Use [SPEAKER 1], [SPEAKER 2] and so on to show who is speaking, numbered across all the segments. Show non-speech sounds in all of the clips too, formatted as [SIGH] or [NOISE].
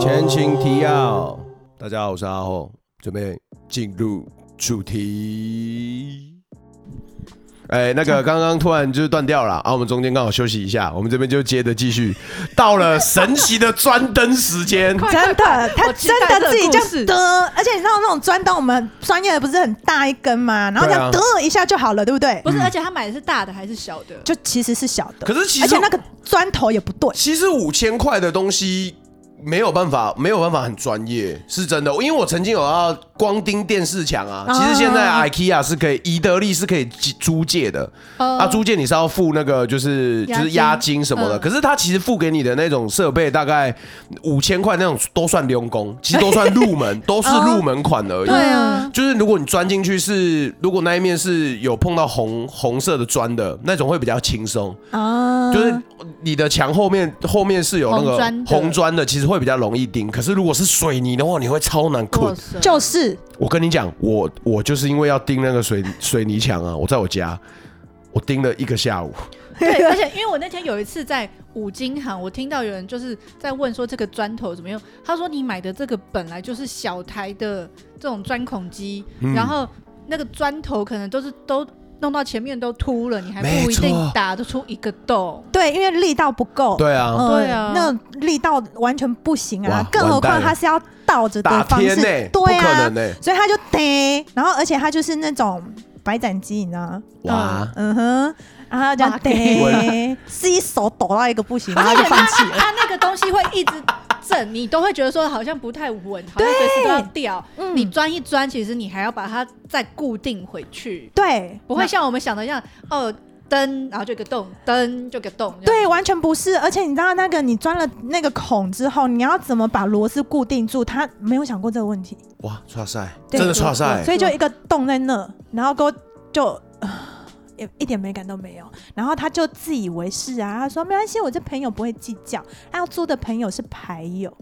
[SPEAKER 1] 前情提要，大家好，我是阿后，准备进入主题。哎，那个刚刚突然就是断掉了啊，我们中间刚好休息一下，我们这边就接着继续。到了神奇的专登时间，
[SPEAKER 2] [LAUGHS]
[SPEAKER 3] 真的，他
[SPEAKER 2] 我期待
[SPEAKER 3] 真的自己
[SPEAKER 2] 这个故
[SPEAKER 3] 就
[SPEAKER 2] 事
[SPEAKER 3] 得，而且你知道那种砖灯，我们专业的不是很大一根嘛，然后这样
[SPEAKER 1] 对
[SPEAKER 3] 得一下就好了，对不对？
[SPEAKER 2] 啊不是，而且他买的是大的还是小的？
[SPEAKER 3] 就其实是小
[SPEAKER 1] [LAUGHS]
[SPEAKER 3] 的，
[SPEAKER 1] 可是其实
[SPEAKER 3] 而且那个砖头也不对，
[SPEAKER 1] 其实五千块的东西没有办法，没有办法很专业，是真的。因为我曾经有要光钉电视墙啊，
[SPEAKER 2] 哦
[SPEAKER 3] 啊
[SPEAKER 1] 其实现在 IKEA 是可以，宜得利是可以租借的。
[SPEAKER 2] 呃
[SPEAKER 1] 啊，租借你是要付那个就是就
[SPEAKER 2] 押金
[SPEAKER 1] 是押金什么的，
[SPEAKER 2] 嗯
[SPEAKER 1] 可是他其实付给你的那种设备大概五千块那种都算零工，其实都算入
[SPEAKER 2] [LAUGHS]
[SPEAKER 1] 门，都是入门款而已。
[SPEAKER 2] 对
[SPEAKER 3] [LAUGHS]
[SPEAKER 2] 啊，
[SPEAKER 1] 就是如果你钻进去是，如果那一面是有碰到红红色的砖的那种会比较轻松，
[SPEAKER 2] 哦
[SPEAKER 3] 啊，
[SPEAKER 1] 就是你的墙后面后面是有那
[SPEAKER 2] 红
[SPEAKER 1] 个
[SPEAKER 2] 砖的
[SPEAKER 1] 红砖的，其实会比较容易钉。可是如果是水泥的话，你会超难困
[SPEAKER 3] 哦
[SPEAKER 2] 哇。塞
[SPEAKER 3] 就是
[SPEAKER 1] 我跟你讲，我我就是因为要钉那个水水泥墙啊，我在我家我钉了一个下午。
[SPEAKER 3] [LAUGHS]
[SPEAKER 2] 对，而且因为我那天有一次在五金行，我听到有人就是在问说这个砖头怎么用，他说你买的这个本来就是小台的这种钻孔机，
[SPEAKER 1] 嗯
[SPEAKER 2] 然后那个砖头可能都是都弄到前面都秃了，你还
[SPEAKER 1] 没
[SPEAKER 2] 不一
[SPEAKER 1] 错
[SPEAKER 2] 定打得出一个洞。
[SPEAKER 3] 对，因为力道不够，
[SPEAKER 1] 对啊，
[SPEAKER 3] 嗯
[SPEAKER 2] 对啊
[SPEAKER 3] 那力道完全不行
[SPEAKER 1] 哇
[SPEAKER 3] 啊，更何
[SPEAKER 1] 完蛋
[SPEAKER 3] 况
[SPEAKER 1] 了
[SPEAKER 3] 它是要倒着
[SPEAKER 1] 打
[SPEAKER 3] 的方
[SPEAKER 1] 天
[SPEAKER 3] 式，
[SPEAKER 1] 呢、不
[SPEAKER 3] 对
[SPEAKER 1] 可
[SPEAKER 3] 啊
[SPEAKER 1] 能，呢、欸
[SPEAKER 3] 所以他就得，然后而且他就是那种白斩鸡，你知道吗？
[SPEAKER 1] 哇，
[SPEAKER 3] 嗯哼，然后他就
[SPEAKER 2] 哇
[SPEAKER 3] 得，是一手抖到一个不行，然后
[SPEAKER 2] 而
[SPEAKER 3] 就
[SPEAKER 2] 且
[SPEAKER 3] 放
[SPEAKER 2] 它
[SPEAKER 3] 弃了。
[SPEAKER 2] 它那个东西会一直震，你都会觉得说好像不太稳，好像随时都要掉。
[SPEAKER 3] 嗯
[SPEAKER 2] 你钻一钻，其实你还要把它再固定回去，
[SPEAKER 3] 对，
[SPEAKER 2] 不会像我们想的一样哦，灯然后就一个洞，灯就一个洞。这样
[SPEAKER 3] 对，完全不是。而且你知道那个你钻了那个孔之后，你要怎么把螺丝固定住？他没有想过这个问题，
[SPEAKER 1] 哇，刷赛，
[SPEAKER 3] 对哦
[SPEAKER 1] 真的刷赛，
[SPEAKER 3] 所以就一个洞在那，然后给我就。 [SIGHS] 啊也一点美感都没有，然后他就自以为是啊，他说没关系，我这朋友不会计较，他要租的朋友是牌友，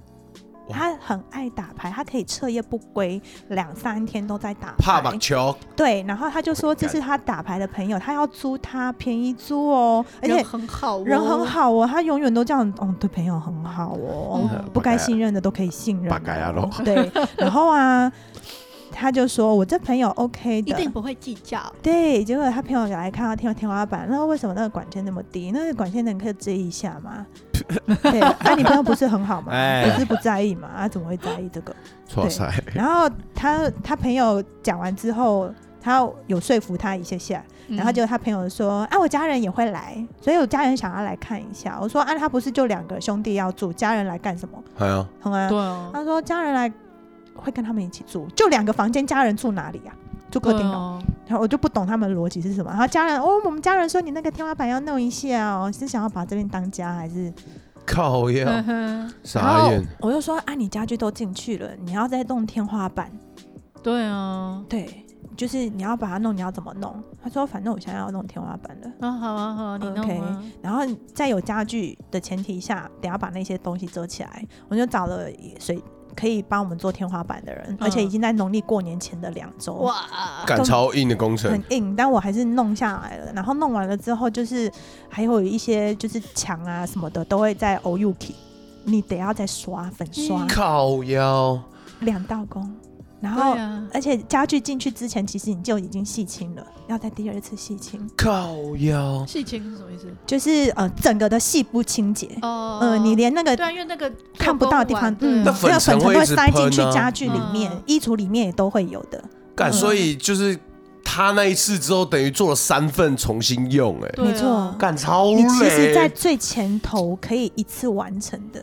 [SPEAKER 1] 哇
[SPEAKER 3] 他很爱打牌，他可以彻夜不归，两三天都在打牌，
[SPEAKER 1] 怕把
[SPEAKER 3] 哦
[SPEAKER 1] 球，
[SPEAKER 3] 对，然后他就说这是他打牌的朋友，他要租他便宜租哦，而且
[SPEAKER 2] 人很好哦，
[SPEAKER 3] 人很好哦，他永远都这样，哦，对朋友很好哦，
[SPEAKER 2] 嗯啊
[SPEAKER 3] 不该信任的都可以信任、
[SPEAKER 1] 八嘎呀咯
[SPEAKER 3] 哦。对，然后
[SPEAKER 2] [LAUGHS]
[SPEAKER 3] 啊，他就说我这朋友 OK
[SPEAKER 2] 一
[SPEAKER 3] 的，
[SPEAKER 2] 定不会计较。
[SPEAKER 3] 对。结果他朋友也来看到天天花板，那为什么那个管线那么低？那个管线能可以遮一下
[SPEAKER 2] [LAUGHS]
[SPEAKER 3] 吗？对，啊，你朋友不是很好吗？
[SPEAKER 1] 哎
[SPEAKER 3] 可是不在意嘛，啊，怎么会在意这个？
[SPEAKER 1] 刷赛，
[SPEAKER 3] 然后他他朋友讲完之后，他有说服他一下下，然后
[SPEAKER 2] 嗯
[SPEAKER 3] 就他朋友说：“啊，我家人也会来，所以我家人想要来看一下。”我说：“啊，他不是就两个兄弟要住，家人来干什么
[SPEAKER 1] 哎呀，？”
[SPEAKER 3] 嗯啊，
[SPEAKER 2] 对哦，
[SPEAKER 3] 他说：“家人来会跟他们一起住，就两个房间，家人住哪里呀、啊住客厅
[SPEAKER 2] 对
[SPEAKER 3] 哦。
[SPEAKER 2] 哦，
[SPEAKER 3] 然后我就不懂他们的逻辑是什么。然后家人哦，我们家人说你那个天花板要弄一下哦，是想要把这边当家还是？
[SPEAKER 1] 靠呀
[SPEAKER 2] 嗯，哼
[SPEAKER 3] 然后
[SPEAKER 1] 傻眼，
[SPEAKER 3] 我就说啊，你家具都进去了，你要再弄天花板，
[SPEAKER 2] 对啊，
[SPEAKER 3] 对，就是你要把它弄，你要怎么弄？他说反正我现在要弄天花板了。
[SPEAKER 2] 那好啊好啊，你弄啊，
[SPEAKER 3] 然后在有家具的前提下，等下把那些东西遮起来，我就找了谁可以帮我们做天花板的人，而且已经在农历过年前的两周，
[SPEAKER 2] 嗯哇，
[SPEAKER 1] 赶超硬的工程
[SPEAKER 3] 很，硬，但我还是弄下来了。然后弄完了之后，就是还有一些就是墙啊什么的都会在 O U K，你得要再刷粉刷、
[SPEAKER 1] 靠腰，
[SPEAKER 3] 两道工，然后、
[SPEAKER 2] 嗯对啊，
[SPEAKER 3] 而且家具进去之前，其实你就已经细清了，要在第二次细清，
[SPEAKER 1] 靠腰，
[SPEAKER 2] 细清是什么意思？
[SPEAKER 3] 就是呃整个的细部清洁。
[SPEAKER 2] 哦，
[SPEAKER 3] 呃，你连那个
[SPEAKER 2] 对啊，因为那个
[SPEAKER 3] 看不到的地方，嗯，
[SPEAKER 2] 嗯
[SPEAKER 1] 那，
[SPEAKER 3] 那
[SPEAKER 1] 粉
[SPEAKER 3] 个
[SPEAKER 1] 尘
[SPEAKER 3] 粉
[SPEAKER 1] 会
[SPEAKER 3] 尘
[SPEAKER 1] 一
[SPEAKER 3] 会
[SPEAKER 1] 直
[SPEAKER 3] 塞进去
[SPEAKER 1] 喷啊哦
[SPEAKER 3] 家具里面
[SPEAKER 2] 嗯、
[SPEAKER 3] 衣橱里面也都会有的。
[SPEAKER 1] 干，
[SPEAKER 2] 嗯
[SPEAKER 1] 所以就是他那一次之后，等于做了三份重新用，哎，
[SPEAKER 2] 对啊
[SPEAKER 3] 没错
[SPEAKER 1] 干超
[SPEAKER 3] 你其实，在
[SPEAKER 1] 累，
[SPEAKER 3] 最前头可以一次完成的，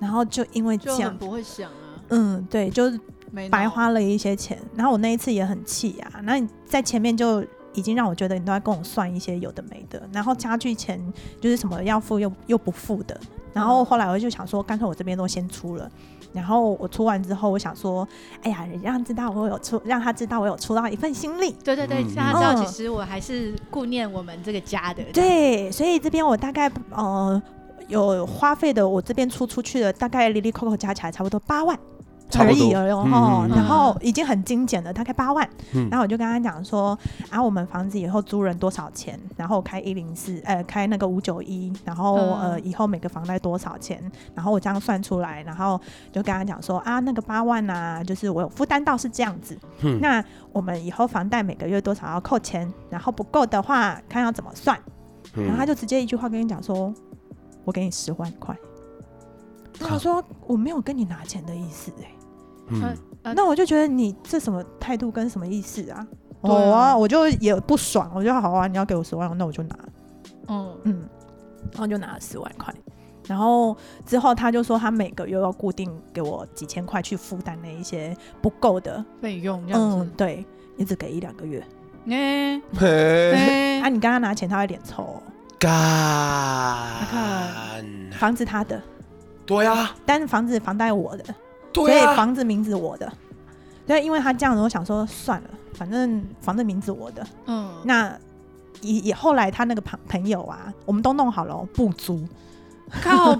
[SPEAKER 3] 然后就因为
[SPEAKER 2] 就
[SPEAKER 3] 这样
[SPEAKER 2] 很，不会想啊，
[SPEAKER 3] 嗯，对，就是
[SPEAKER 2] 没脑
[SPEAKER 3] 白花了一些钱。然后我那一次也很气啊，那你在前面就。已经让我觉得你都在跟我算一些有的没的，然后家具钱就是什么要付又又不付的，然后后来我就想说，干脆我这边都先出了，然后我出完之后，我想说，哎呀，让知道我有出，让他知道我有出到一份心力，
[SPEAKER 2] 对对对，
[SPEAKER 1] 嗯
[SPEAKER 2] 让他知道
[SPEAKER 3] 嗯
[SPEAKER 2] 其实我还是顾念我们这个家的。
[SPEAKER 3] 对，所以这边我大概呃有花费的，我这边出出去的大概 l i l y Coco 加起来差不多八万，
[SPEAKER 1] 差
[SPEAKER 3] 而
[SPEAKER 1] 不
[SPEAKER 3] 已
[SPEAKER 1] 多，
[SPEAKER 3] 而已哦，
[SPEAKER 1] 嗯嗯嗯
[SPEAKER 3] 然后已经很精简了，大概八万。
[SPEAKER 1] 嗯
[SPEAKER 3] 然后我就跟他讲说，啊，我们房子以后租人多少钱？然后我开一零四，呃，开那个五九一，然后、
[SPEAKER 2] 嗯
[SPEAKER 3] 呃，以后每个房贷多少钱？然后我这样算出来，然后就跟他讲说，啊，那个八万啊，就是我有负担到是这样子。
[SPEAKER 1] 嗯
[SPEAKER 3] 那我们以后房贷每个月多少要扣钱？然后不够的话，看要怎么算。然后他
[SPEAKER 1] 嗯，
[SPEAKER 3] 就直接一句话跟你讲说，我给你十万块。那
[SPEAKER 1] 靠
[SPEAKER 3] 我说我没有跟你拿钱的意思、欸，
[SPEAKER 1] 嗯
[SPEAKER 2] 呃
[SPEAKER 3] 那我就觉得你这什么态度跟什么意思啊？
[SPEAKER 2] 对
[SPEAKER 3] 哦
[SPEAKER 2] 啊
[SPEAKER 3] 啊，我就也不爽，我就好啊，你要给我十万，那我就拿，
[SPEAKER 2] 嗯，
[SPEAKER 3] 嗯，然后就拿了十万块。然后之后他就说他每个月要固定给我几千块去负担那一些不够的，
[SPEAKER 2] 费用这样
[SPEAKER 3] 嗯
[SPEAKER 2] 子，，
[SPEAKER 3] 对，一直给一两个月。
[SPEAKER 2] 哎
[SPEAKER 1] 嘿，
[SPEAKER 3] 啊，
[SPEAKER 2] 哎，
[SPEAKER 3] 你跟他拿钱，他会脸臭
[SPEAKER 1] [LAUGHS]
[SPEAKER 3] 哦、
[SPEAKER 1] 干，
[SPEAKER 3] 房子他的，
[SPEAKER 1] 对啊，
[SPEAKER 3] 但是房子房贷我的，所
[SPEAKER 1] 对
[SPEAKER 3] 以
[SPEAKER 1] 啊，
[SPEAKER 3] 房子名字我的。对，因为他这样子，我想说算了，反正房子名字我的，
[SPEAKER 2] 嗯，
[SPEAKER 3] 那也也后来他那个朋朋友啊，我们都弄好了哦、不租，
[SPEAKER 2] 靠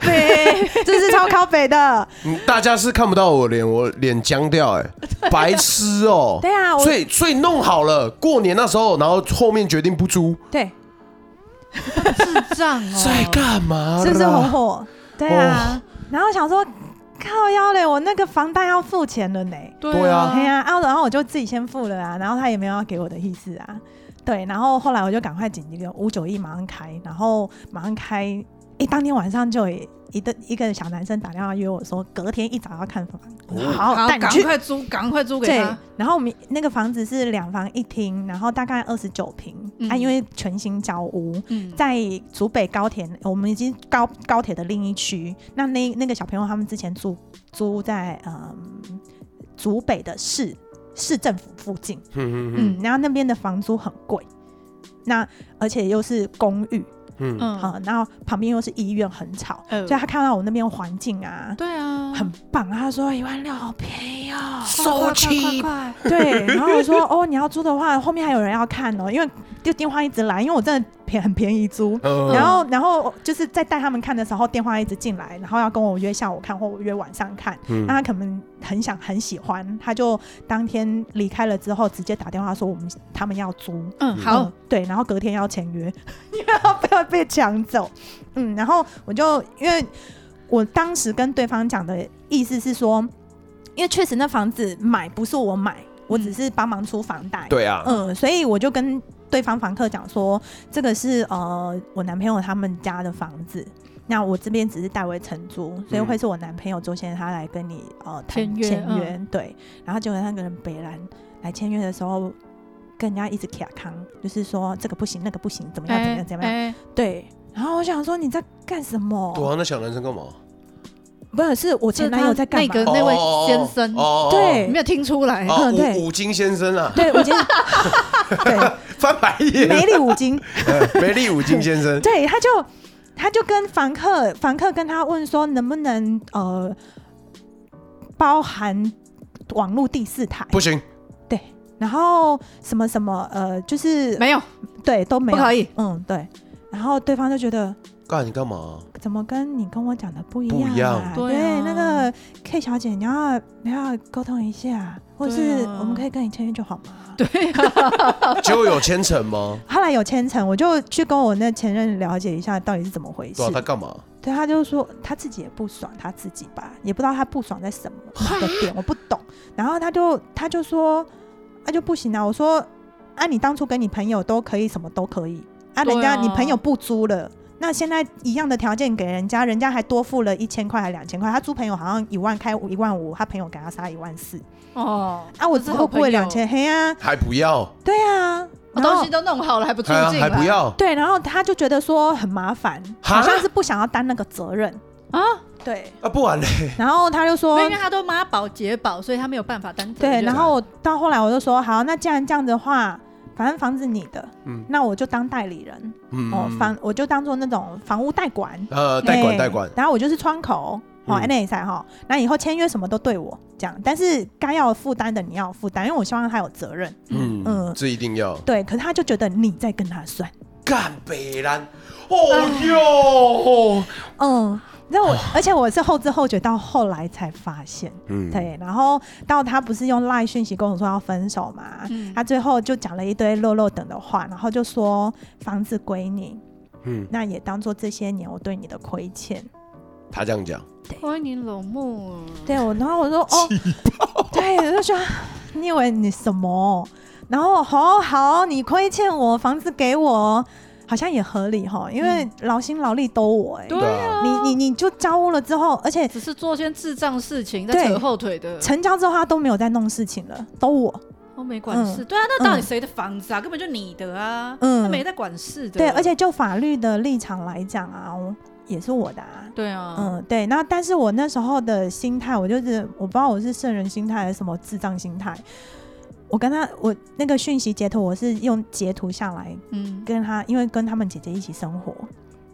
[SPEAKER 2] 背，
[SPEAKER 3] [LAUGHS] 这是超靠北的。
[SPEAKER 1] 嗯大家是看不到我脸，我脸僵掉，
[SPEAKER 3] [LAUGHS]
[SPEAKER 1] 哎，白痴哦。
[SPEAKER 3] 对啊，我
[SPEAKER 1] 所以所以弄好了，过年那时候，然后后面决定不租，
[SPEAKER 3] 对，
[SPEAKER 2] 智障哦，
[SPEAKER 1] 在干嘛？
[SPEAKER 3] 是不是很？火？对啊，然后想说靠腰嘞，我那个房贷要付钱了呢。
[SPEAKER 1] 对
[SPEAKER 2] 对
[SPEAKER 1] 啊
[SPEAKER 3] 对呀、啊，然后我就自己先付了啊，然后他也没有要给我的意思啊，对，然后后来我就赶快紧急个五九一马上开，然后马上开，诶，当天晚上就有一个一个小男生打电话约我说，隔天一早要看房，我说好，
[SPEAKER 2] 哦好，
[SPEAKER 3] 带你
[SPEAKER 2] 赶
[SPEAKER 3] 去
[SPEAKER 2] 快租，赶快租给
[SPEAKER 3] 对
[SPEAKER 2] 他，，
[SPEAKER 3] 然后我们那个房子是两房一厅，然后大概二十九平，
[SPEAKER 2] 嗯
[SPEAKER 3] 啊，因为全新交屋。
[SPEAKER 2] 嗯，
[SPEAKER 3] 在竹北高铁，我们已经高高铁的另一区。那那那个小朋友他们之前住租在嗯竹北的市市政府附近，
[SPEAKER 1] 嗯
[SPEAKER 3] 嗯，然后那边的房租很贵，那而且又是公寓，
[SPEAKER 1] 嗯嗯，
[SPEAKER 2] 嗯，
[SPEAKER 3] 好、然后旁边又是医院，很吵，
[SPEAKER 2] 呃
[SPEAKER 3] 所以他看到我那边环境啊
[SPEAKER 2] 对啊，
[SPEAKER 3] 很棒，他说一万六好便宜哦，
[SPEAKER 1] 收起，
[SPEAKER 2] 快
[SPEAKER 3] 对，然后我说哦，你要租的话，后面还有人要看哦，因为就电话一直来，因为我真的便很便宜租。
[SPEAKER 1] 嗯
[SPEAKER 3] 然后，然后就是在带他们看的时候，电话一直进来，然后要跟我约下午看或我约晚上看。
[SPEAKER 1] 嗯
[SPEAKER 3] 那他可能很想很喜欢，他就当天离开了之后，直接打电话说我们他们要租。
[SPEAKER 2] 嗯，
[SPEAKER 3] 嗯
[SPEAKER 2] 好，
[SPEAKER 3] 对，然后隔天要签约， [LAUGHS] 因为要不要被抢走。嗯，然后我就因为我当时跟对方讲的意思是说，因为确实那房子买不是我买，我只是帮忙出房贷。
[SPEAKER 1] 对啊，
[SPEAKER 3] 嗯，所以我就跟对方房客讲说，这个是呃我男朋友他们家的房子。那我这边只是代为承租，所以
[SPEAKER 1] 嗯
[SPEAKER 3] 会是我男朋友周先生他来跟你呃谈
[SPEAKER 2] 签约嗯
[SPEAKER 3] 签约，对。然后结果那个人北兰来签约的时候，跟人家一直卡康，就是说这个不行，那个不行，怎么样怎么嗯样怎么样，
[SPEAKER 2] 哎，
[SPEAKER 3] 对。然后我想说你在干什
[SPEAKER 1] 对
[SPEAKER 3] 么？
[SPEAKER 1] 啊，那小男生干嘛？
[SPEAKER 3] 不是，是我前
[SPEAKER 2] 这
[SPEAKER 3] 男友
[SPEAKER 2] 他
[SPEAKER 3] 在干嘛？
[SPEAKER 2] 那个那位先生
[SPEAKER 1] 哦，哦哦哦
[SPEAKER 3] 对
[SPEAKER 2] 哎没有听出来，
[SPEAKER 1] 哦，
[SPEAKER 3] 嗯对
[SPEAKER 1] 五五金先生啊，
[SPEAKER 3] 对，我
[SPEAKER 1] [LAUGHS]
[SPEAKER 3] 今天对
[SPEAKER 1] 翻白眼，
[SPEAKER 3] 梅里五金，
[SPEAKER 1] 呃梅丽五金先生，
[SPEAKER 3] [LAUGHS] 对，他就他就跟房客房客跟他问说，能不能呃包含网络第四台？
[SPEAKER 1] 不行，
[SPEAKER 3] 然后什么什么呃，就是
[SPEAKER 2] 没有，
[SPEAKER 3] 对都没
[SPEAKER 2] 不
[SPEAKER 3] 有，
[SPEAKER 2] 可以，
[SPEAKER 3] 嗯对。然后对方就觉得
[SPEAKER 1] 干你干嘛？
[SPEAKER 3] 怎么跟你跟我讲的不一
[SPEAKER 1] 不
[SPEAKER 3] 样、啊？
[SPEAKER 1] 一样
[SPEAKER 3] 对,、
[SPEAKER 2] 对啊
[SPEAKER 3] 那个 K 小姐，你要你要沟通一下，或者是
[SPEAKER 2] 对啊
[SPEAKER 3] 我们可以跟你签约就好嘛。
[SPEAKER 2] 对啊，
[SPEAKER 1] 结果有千层吗？
[SPEAKER 3] 后来有千层，我就去跟我那前任了解一下到底 [LAUGHS] 是怎么回事
[SPEAKER 1] 对。啊，他干嘛？
[SPEAKER 3] 对，他就说他自己也不爽他自己吧，也不知道他不爽在什么哪个点，我不懂。然后他就他就说，那、就不行啊！我说，啊，你当初跟你朋友都可以，什么都可以，啊，人家、
[SPEAKER 2] 对啊
[SPEAKER 3] 你朋友不租了，那现在一样的条件给人家，人家还多付了一千块还两千块，他租朋友好像一万开一万五，他朋友给他杀一万四，
[SPEAKER 2] 哦，
[SPEAKER 3] 啊，我
[SPEAKER 2] 这
[SPEAKER 3] 只
[SPEAKER 2] 是
[SPEAKER 3] 不
[SPEAKER 2] 好
[SPEAKER 3] 过
[SPEAKER 2] 朋
[SPEAKER 3] 贵
[SPEAKER 2] 友
[SPEAKER 3] 两千，嘿啊，
[SPEAKER 1] 还不要？
[SPEAKER 3] 对啊，
[SPEAKER 2] 我
[SPEAKER 3] 然后
[SPEAKER 2] 哦东西都弄好了还不住
[SPEAKER 1] 还啊
[SPEAKER 2] 进
[SPEAKER 1] 还
[SPEAKER 2] 来，
[SPEAKER 1] 不要？
[SPEAKER 3] 对，然后他就觉得说很麻烦，
[SPEAKER 1] 哈
[SPEAKER 3] 好像是不想要担那个责任，
[SPEAKER 2] 啊，
[SPEAKER 3] 对，
[SPEAKER 1] 啊，不然嘞？
[SPEAKER 3] 然后他就说
[SPEAKER 2] 因为他都妈宝解宝，所以他没有办法担责
[SPEAKER 3] 对，
[SPEAKER 2] 任
[SPEAKER 3] 然后我到后来我就说，好，那既然这样子的话，反正房子你的，
[SPEAKER 1] 嗯
[SPEAKER 3] 那我就当代理人，
[SPEAKER 1] 嗯
[SPEAKER 3] 哦，房我就当做那种房屋代管，
[SPEAKER 1] 呃，代管
[SPEAKER 3] 哎
[SPEAKER 1] 代管，
[SPEAKER 3] 然后我就是窗口。哦，
[SPEAKER 1] 嗯
[SPEAKER 3] 那也赛哈，那以后签约什么都对我这样，但是该要负担的你要负担，因为我希望他有责任，
[SPEAKER 1] 嗯嗯
[SPEAKER 3] 嗯，
[SPEAKER 1] 这一定要
[SPEAKER 3] 对。可是他就觉得你在跟他算，哎
[SPEAKER 1] 干北兰。哦哟，
[SPEAKER 3] 嗯，你知
[SPEAKER 1] [SIGHS]
[SPEAKER 3] 道我，而且我是后知后觉，到后来才发现。
[SPEAKER 1] 嗯，
[SPEAKER 3] 对，然后到他不是用赖讯息跟我说要分手嘛，
[SPEAKER 2] 嗯
[SPEAKER 3] 他最后就讲了一堆落落等的话，然后就说房子归你，
[SPEAKER 1] 嗯，
[SPEAKER 3] 那也当做这些年我对你的亏欠。
[SPEAKER 1] 他这样讲，
[SPEAKER 2] 欢迎冷漠。
[SPEAKER 3] 对我，然后我说 [LAUGHS] 哦，对，我就说哦你以为你什么？然后哦好好，你亏欠我房子给我，好像也合理哈，因为劳心劳力都我哎、
[SPEAKER 2] 对啊，
[SPEAKER 3] 你你你就交屋了之后，而且
[SPEAKER 2] 只是做些智障事情，在扯
[SPEAKER 3] 对
[SPEAKER 2] 后腿的，
[SPEAKER 3] 成交之后他都没有在弄事情了，都我。
[SPEAKER 2] 都没管事。对啊，那到底谁的房子啊？根本就你的啊，
[SPEAKER 3] 嗯
[SPEAKER 2] 他没在管事的。
[SPEAKER 3] 对，而且就法律的立场来讲啊，我也是我的啊。
[SPEAKER 2] 对啊，
[SPEAKER 3] 嗯，对，那但是我那时候的心态，我就是我不知道我是圣人心态还是什么智障心态。我跟他，我那个讯息截图，我是用截图下来
[SPEAKER 2] 嗯，
[SPEAKER 3] 跟他，因为跟他们姐姐一起生活，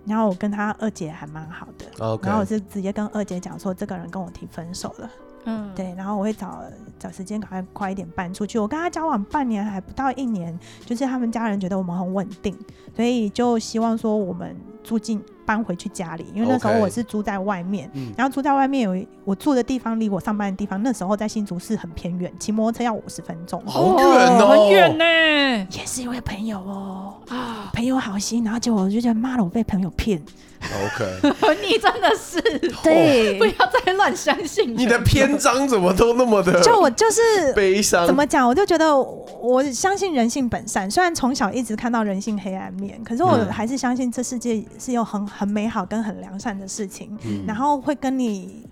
[SPEAKER 3] 然后我跟他二姐还蛮好的
[SPEAKER 1] OK
[SPEAKER 3] 然后我是直接跟二姐讲说，这个人跟我提分手了，
[SPEAKER 2] 嗯，
[SPEAKER 3] 对，然后我会找找时间赶快快一点搬出去。我跟他交往半年还不到一年，就是他们家人觉得我们很稳定，所以就希望说我们住进搬回去家里，因为那时候
[SPEAKER 1] OK
[SPEAKER 3] 我是住在外面
[SPEAKER 1] 嗯
[SPEAKER 3] 然后住在外面有一我住的地方离我上班的地方，那时候在新竹市很偏远，骑摩托车要五十分钟。
[SPEAKER 1] 好远哦
[SPEAKER 2] 很远呢。
[SPEAKER 3] 也是一位朋友哦，
[SPEAKER 2] 啊，
[SPEAKER 3] 朋友好心，然后结果我就觉得妈的，我被朋友骗。
[SPEAKER 1] 哦
[SPEAKER 3] [LAUGHS]
[SPEAKER 1] ，OK，
[SPEAKER 2] [LAUGHS] 你真的是
[SPEAKER 3] 对
[SPEAKER 2] 不要再乱相信人
[SPEAKER 1] 你的篇章怎么都那么的
[SPEAKER 3] [LAUGHS] 就我
[SPEAKER 1] [LAUGHS]
[SPEAKER 3] 就是
[SPEAKER 1] 悲伤？
[SPEAKER 3] 怎么讲，我就觉得我相信人性本善。虽然从小一直看到人性黑暗面，可是我
[SPEAKER 1] 嗯
[SPEAKER 3] 还是相信这世界是有很很美好跟很良善的事情。
[SPEAKER 1] 嗯
[SPEAKER 3] 然后会跟你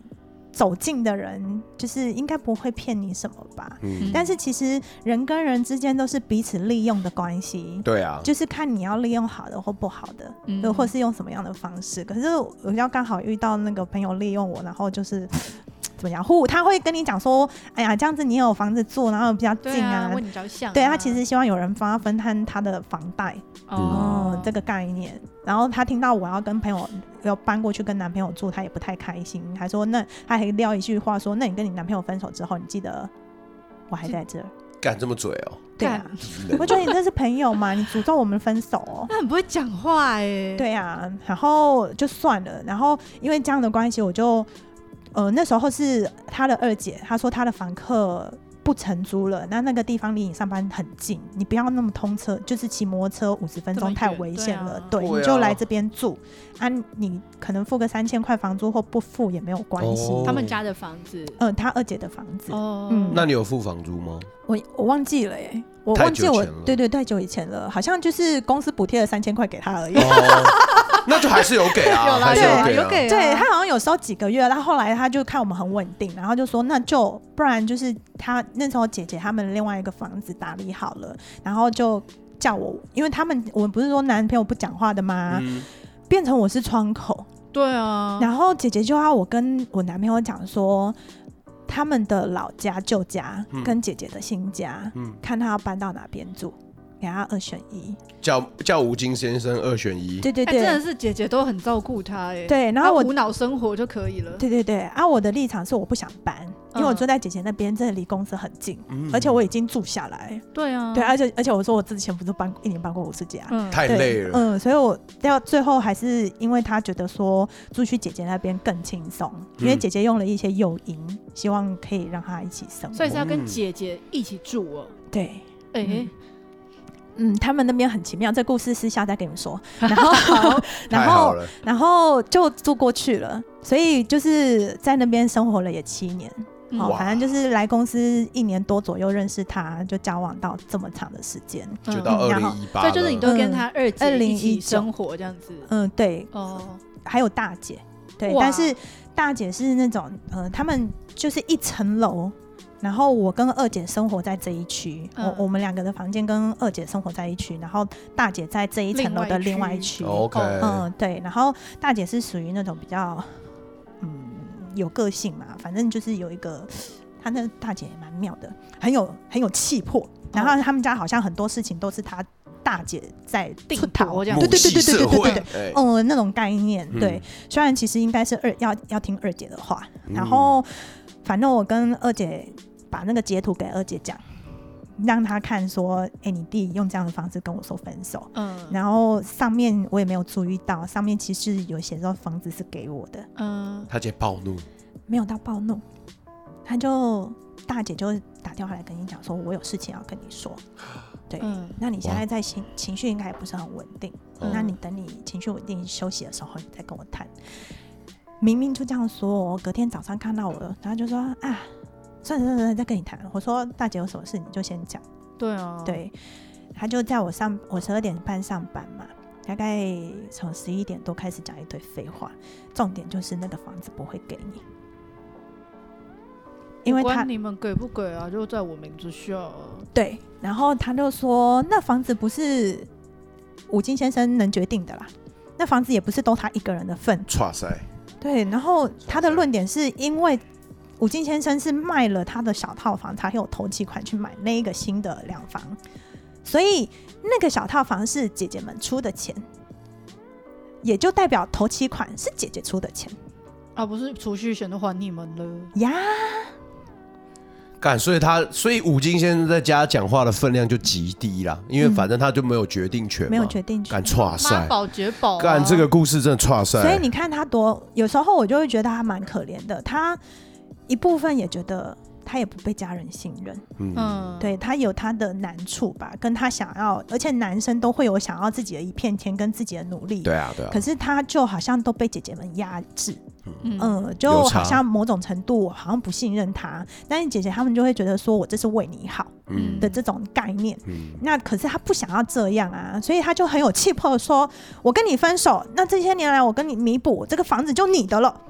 [SPEAKER 3] 走近的人，就是应该不会骗你什么吧？
[SPEAKER 1] 嗯，
[SPEAKER 3] 但是其实人跟人之间都是彼此利用的关系。
[SPEAKER 1] 对啊，
[SPEAKER 3] 就是看你要利用好的或不好的，
[SPEAKER 2] 嗯
[SPEAKER 3] 又或是用什么样的方式。可是我要刚好遇到那个朋友利用我，然后就是 [SNIFFS] 怎么讲，呼，他会跟你讲说，哎呀，这样子你也有房子住，然后比较
[SPEAKER 2] 对
[SPEAKER 3] 近
[SPEAKER 2] 啊
[SPEAKER 3] 啊，。
[SPEAKER 2] 为你着想啊。
[SPEAKER 3] 对他其实希望有人帮他分摊他的房贷，
[SPEAKER 2] 哦
[SPEAKER 3] 嗯，，这个概念。然后她听到我要跟朋友要搬过去跟男朋友住，她也不太开心，还说那她还撂一句话说，那你跟你男朋友分手之后，你记得我还在这儿。 [LAUGHS]
[SPEAKER 1] 敢这么嘴哦，
[SPEAKER 3] 对啊，
[SPEAKER 1] 人
[SPEAKER 3] 我觉得你这是朋友嘛，你诅咒我们分手、哦。
[SPEAKER 2] 那很不会讲话哎。
[SPEAKER 3] 对啊，然后就算了，然后因为这样的关系，我就呃那时候是她的二姐，她说她的房客。不承租了，那那个地方离你上班很近，你不要那么通车，就是骑摩托车五十分
[SPEAKER 2] 这么
[SPEAKER 3] 钟
[SPEAKER 2] 远
[SPEAKER 3] 太危险了。
[SPEAKER 2] 对
[SPEAKER 3] 对，
[SPEAKER 1] 啊
[SPEAKER 3] 你就来这边住啊，你可能付个三千块房租或不付也没有关系。
[SPEAKER 1] 哦
[SPEAKER 2] 他们家的房子。
[SPEAKER 3] 嗯，她二姐的房子，
[SPEAKER 2] 哦，
[SPEAKER 3] 嗯
[SPEAKER 1] 那你有付房租吗？
[SPEAKER 3] 我我忘记了耶，我
[SPEAKER 1] 太
[SPEAKER 3] 忘记
[SPEAKER 1] 久
[SPEAKER 3] 我
[SPEAKER 1] 前了
[SPEAKER 3] 对对太久以前了，好像就是公司补贴了三千块给她而已。
[SPEAKER 1] 哦，那就还是有给
[SPEAKER 3] [LAUGHS]
[SPEAKER 1] 啊，
[SPEAKER 2] 有啦
[SPEAKER 1] 还是
[SPEAKER 3] 对
[SPEAKER 1] 有
[SPEAKER 2] 有
[SPEAKER 1] 给啊。
[SPEAKER 2] 给
[SPEAKER 3] 对
[SPEAKER 2] 啊
[SPEAKER 3] 他好像有时候几个月，他后来他就看我们很稳定，然后就说那就不然就是他那时候姐姐他们另外一个房子打理好了，然后就叫我，因为他们我们不是说男朋友不讲话的吗？
[SPEAKER 1] 嗯
[SPEAKER 3] 变成我是窗口，
[SPEAKER 2] 对啊，
[SPEAKER 3] 然后姐姐就要我跟我男朋友讲说他们的老家旧家
[SPEAKER 1] 嗯
[SPEAKER 3] 跟姐姐的新家，
[SPEAKER 1] 嗯，
[SPEAKER 3] 看他要搬到哪边住，给他二选一。
[SPEAKER 1] 叫叫吴京先生二选一，
[SPEAKER 3] 对对
[SPEAKER 2] 哎
[SPEAKER 3] 对。
[SPEAKER 2] 真的是姐姐都很照顾他哎。
[SPEAKER 3] 对，然
[SPEAKER 2] 然
[SPEAKER 3] 后
[SPEAKER 2] 后
[SPEAKER 3] 我
[SPEAKER 2] 无脑生活就可以了。
[SPEAKER 3] 对对对，啊，我的立场是我不想搬，因为我
[SPEAKER 2] 嗯
[SPEAKER 3] 住在姐姐那边，这离公司很近，
[SPEAKER 1] 嗯
[SPEAKER 3] 而且我已经住下来。
[SPEAKER 2] 对啊，
[SPEAKER 3] 对，，而且而且我说我之前不是搬一年搬过五次家。
[SPEAKER 2] 嗯，
[SPEAKER 1] 太累
[SPEAKER 3] 对，
[SPEAKER 1] 了，
[SPEAKER 3] 嗯，所以我到最后还是因为他觉得说住去姐姐那边更轻松，因为
[SPEAKER 1] 嗯
[SPEAKER 3] 姐姐用了一些诱因，希望可以让他一起生活。
[SPEAKER 2] 所以是要跟
[SPEAKER 1] 嗯
[SPEAKER 2] 姐姐一起住哦。
[SPEAKER 3] 对，
[SPEAKER 2] 哎、
[SPEAKER 3] 嗯嗯，他们那边很奇妙，这故事私下再跟你们说。然
[SPEAKER 2] [LAUGHS] 好
[SPEAKER 3] 后，
[SPEAKER 1] 太
[SPEAKER 3] 然
[SPEAKER 1] 好
[SPEAKER 3] 后，
[SPEAKER 1] 了，
[SPEAKER 3] 然后就住过去了，所以就是在那边生活了也七年。
[SPEAKER 2] 嗯
[SPEAKER 3] 哦，
[SPEAKER 1] 哇
[SPEAKER 3] 反正就是来公司一年多左右认识他，就交往到这么长的时间。
[SPEAKER 1] 就到二
[SPEAKER 3] 嗯然后
[SPEAKER 1] 零一八，
[SPEAKER 2] 所以就是你都跟他二姐
[SPEAKER 3] 嗯
[SPEAKER 2] 一起生活这样子。
[SPEAKER 3] 嗯，对，
[SPEAKER 2] 哦，
[SPEAKER 3] 还有大姐，对，
[SPEAKER 2] 哇
[SPEAKER 3] 但是大姐是那种，呃，他们就是一层楼，然后我跟二姐生活在这一区，
[SPEAKER 2] 嗯
[SPEAKER 3] 我我们两个的房间跟二姐生活在一区，然后大姐在这一层楼的另外一区。
[SPEAKER 1] OK，
[SPEAKER 3] 嗯，对，然后大姐是属于那种比较，嗯，有个性嘛，反正就是有一个，她那大姐也蛮妙的，很有很有气魄。然后他们家好像很多事情都是她大姐在
[SPEAKER 2] 定
[SPEAKER 3] 出头
[SPEAKER 2] 夺这样
[SPEAKER 1] 母
[SPEAKER 3] 对对
[SPEAKER 1] 系
[SPEAKER 3] 对对对
[SPEAKER 1] 社
[SPEAKER 3] 对对
[SPEAKER 1] 会
[SPEAKER 3] 对对，，
[SPEAKER 1] 哎
[SPEAKER 3] 嗯，那种概念。
[SPEAKER 1] 嗯
[SPEAKER 3] 对，虽然其实应该是二要要听二姐的话，然后反正我跟二姐把那个截图给二姐讲，让他看说，哎、你弟用这样的方式跟我说分手，
[SPEAKER 2] 嗯
[SPEAKER 3] 然后上面我也没有注意到，上面其实有写说房子是给我的，
[SPEAKER 2] 嗯，
[SPEAKER 1] 他直接暴怒，
[SPEAKER 3] 没有到暴怒，他就大姐就打电话来跟你讲说，我有事情要跟你说，对，
[SPEAKER 2] 嗯
[SPEAKER 3] 那你现
[SPEAKER 1] 哇
[SPEAKER 3] 在在情情绪应该也不是很稳定，
[SPEAKER 1] 嗯
[SPEAKER 3] 那你等你情绪稳定休息的时候，你再跟我谈。明明就这样说哦，隔天早上看到我了，然后就说啊，算了算了，算了再跟你谈。我说大姐有什么事你就先讲。
[SPEAKER 2] 对啊，，
[SPEAKER 3] 对，他就在我上我十二点半上班嘛，大概从十一点多开始讲一堆废话，重点就是那个房子不会给你，因为他
[SPEAKER 2] 管你们给不给啊，就在我名字下。
[SPEAKER 3] 对，然后他就说那房子不是五金先生能决定的啦，那房子也不是都他一个人的份。
[SPEAKER 1] 哇塞，
[SPEAKER 3] 对，然后他的论点是因为武进先生是卖了他的小套房，才有投几款去买那一个新的两房，所以那个小套房是姐姐们出的钱，也就代表头期款是姐姐出的钱
[SPEAKER 2] 啊，不是储蓄险都还你们了，
[SPEAKER 3] 呀。
[SPEAKER 1] 干，所以他所以五金先生在家讲话的分量就极低啦，因为
[SPEAKER 3] 嗯
[SPEAKER 1] 反正他就没有决定权嘛，
[SPEAKER 3] 没有决定权
[SPEAKER 1] 干，。哇
[SPEAKER 2] 妈
[SPEAKER 1] 塞，
[SPEAKER 2] 宝姐宝、啊，
[SPEAKER 1] 干这个故事真的哇塞，
[SPEAKER 3] 所以你看他多，有时候我就会觉得他蛮可怜的。他一部分也觉得他也不被家人信任，
[SPEAKER 1] 嗯，
[SPEAKER 2] 嗯，
[SPEAKER 3] 对他有他的难处吧，跟他想要，而且男生都会有想要自己的一片天跟自己的努力。
[SPEAKER 1] 对啊对啊
[SPEAKER 3] 可，是他就好像都被姐姐们压制，
[SPEAKER 2] 嗯
[SPEAKER 3] 嗯、就
[SPEAKER 1] 有差
[SPEAKER 3] 好像某种程度好像不信任他，但是姐姐他们就会觉得说我这是为你好
[SPEAKER 1] 嗯
[SPEAKER 3] 的这种概念。
[SPEAKER 1] 嗯，
[SPEAKER 3] 那可是他不想要这样啊，所以他就很有气魄地说：“我跟你分手，那这些年来我跟你弥补，这个房子就你的了。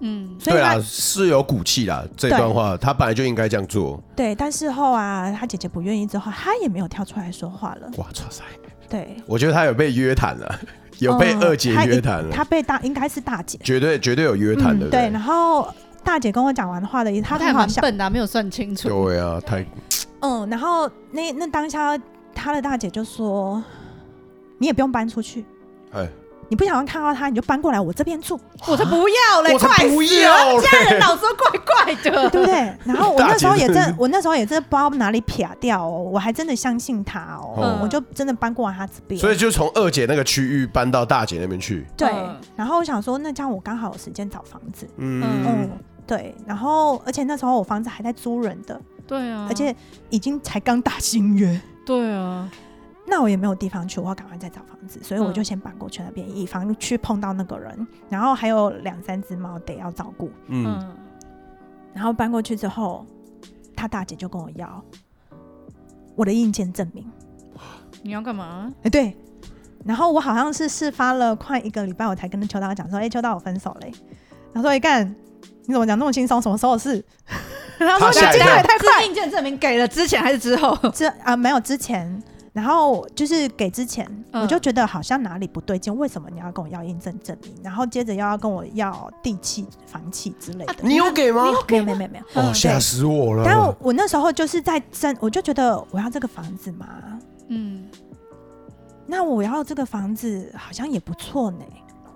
[SPEAKER 2] 嗯”，
[SPEAKER 3] 所以
[SPEAKER 1] 对
[SPEAKER 3] 他
[SPEAKER 1] 啊，是有骨气啦，这段话他本来就应该这样做，
[SPEAKER 3] 对，但事后啊，他姐姐不愿意之后，他也没有跳出来说话了。
[SPEAKER 1] 哇哇塞，
[SPEAKER 3] 对，
[SPEAKER 1] 我觉得他有被约谈了， [LAUGHS] 有被
[SPEAKER 3] 嗯
[SPEAKER 1] 二姐
[SPEAKER 3] 他一
[SPEAKER 1] 约谈了，
[SPEAKER 3] 他被大应该是大姐，
[SPEAKER 1] 绝对绝对有约谈的，
[SPEAKER 3] 嗯，对。然后大姐跟我讲完话的，她
[SPEAKER 2] 他还
[SPEAKER 3] 很好
[SPEAKER 2] 蛮
[SPEAKER 3] 笑，
[SPEAKER 2] 笨的啊、没有算清楚。
[SPEAKER 1] 对啊，太
[SPEAKER 3] 嗯，然后那那当下他的大姐就说：“你也不用搬出去，
[SPEAKER 1] 哎，
[SPEAKER 3] 你不想要看到他，你就搬过来我这边住，
[SPEAKER 2] 我才不要嘞，
[SPEAKER 1] 我才
[SPEAKER 2] 快
[SPEAKER 1] 不
[SPEAKER 2] 死
[SPEAKER 1] 要嘞
[SPEAKER 2] 了！家人老说怪怪的，
[SPEAKER 3] 对不对？”然后我
[SPEAKER 1] 大
[SPEAKER 3] 那
[SPEAKER 1] 姐
[SPEAKER 3] 时候也
[SPEAKER 1] 真的是
[SPEAKER 3] 真，我那时候也真的不知道哪里撇掉哦，我还真的相信他哦，
[SPEAKER 1] 嗯
[SPEAKER 3] 我就真的搬过来他这边。
[SPEAKER 1] 所以就从二姐那个区域搬到大姐那边去，
[SPEAKER 3] 对
[SPEAKER 2] 嗯，
[SPEAKER 3] 然后我想说，那这样我刚好有时间找房子，
[SPEAKER 1] 嗯
[SPEAKER 3] 嗯，对。然后而且那时候我房子还在租人的，
[SPEAKER 2] 对啊，
[SPEAKER 3] 而且已经才刚打新约。
[SPEAKER 2] 对啊，
[SPEAKER 3] 那我也没有地方去，我要赶快再找房子，所以我就
[SPEAKER 2] 嗯
[SPEAKER 3] 先搬过去那边，以防去碰到那个人。然后还有两三只猫得要照顾。
[SPEAKER 1] 嗯，
[SPEAKER 2] 嗯，
[SPEAKER 3] 然后搬过去之后，他大姐就跟我要我的硬件证明。
[SPEAKER 2] 你要干嘛？
[SPEAKER 3] 哎、对。然后我好像是事发了快一个礼拜，我才跟秋刀讲说：“哎、秋刀，我分手嘞、他说：“哎、干，你怎么讲那么轻松？什么时候的事？” [LAUGHS] 然后
[SPEAKER 1] 他
[SPEAKER 3] 说：“
[SPEAKER 1] 吓
[SPEAKER 3] 你
[SPEAKER 1] 一
[SPEAKER 3] 讲
[SPEAKER 1] 跳
[SPEAKER 3] 得也太快了
[SPEAKER 2] 是硬件证明给了之前还是之后？
[SPEAKER 3] 这啊、没有之前，然后就是给之前，
[SPEAKER 2] 嗯
[SPEAKER 3] 我就觉得好像哪里不对劲，为什么你要跟我要印证证明，然后接着又要跟我要地契、房契之
[SPEAKER 2] 啊
[SPEAKER 3] 类的？
[SPEAKER 1] 你有给吗？
[SPEAKER 3] 没有没有没有没有，
[SPEAKER 1] 哦，
[SPEAKER 3] 对
[SPEAKER 1] 吓死我
[SPEAKER 3] 但我
[SPEAKER 1] 了！
[SPEAKER 3] 我那时候就是在争，我就觉得我要这个房子嘛，
[SPEAKER 2] 嗯
[SPEAKER 3] 那我要这个房子好像也不错呢，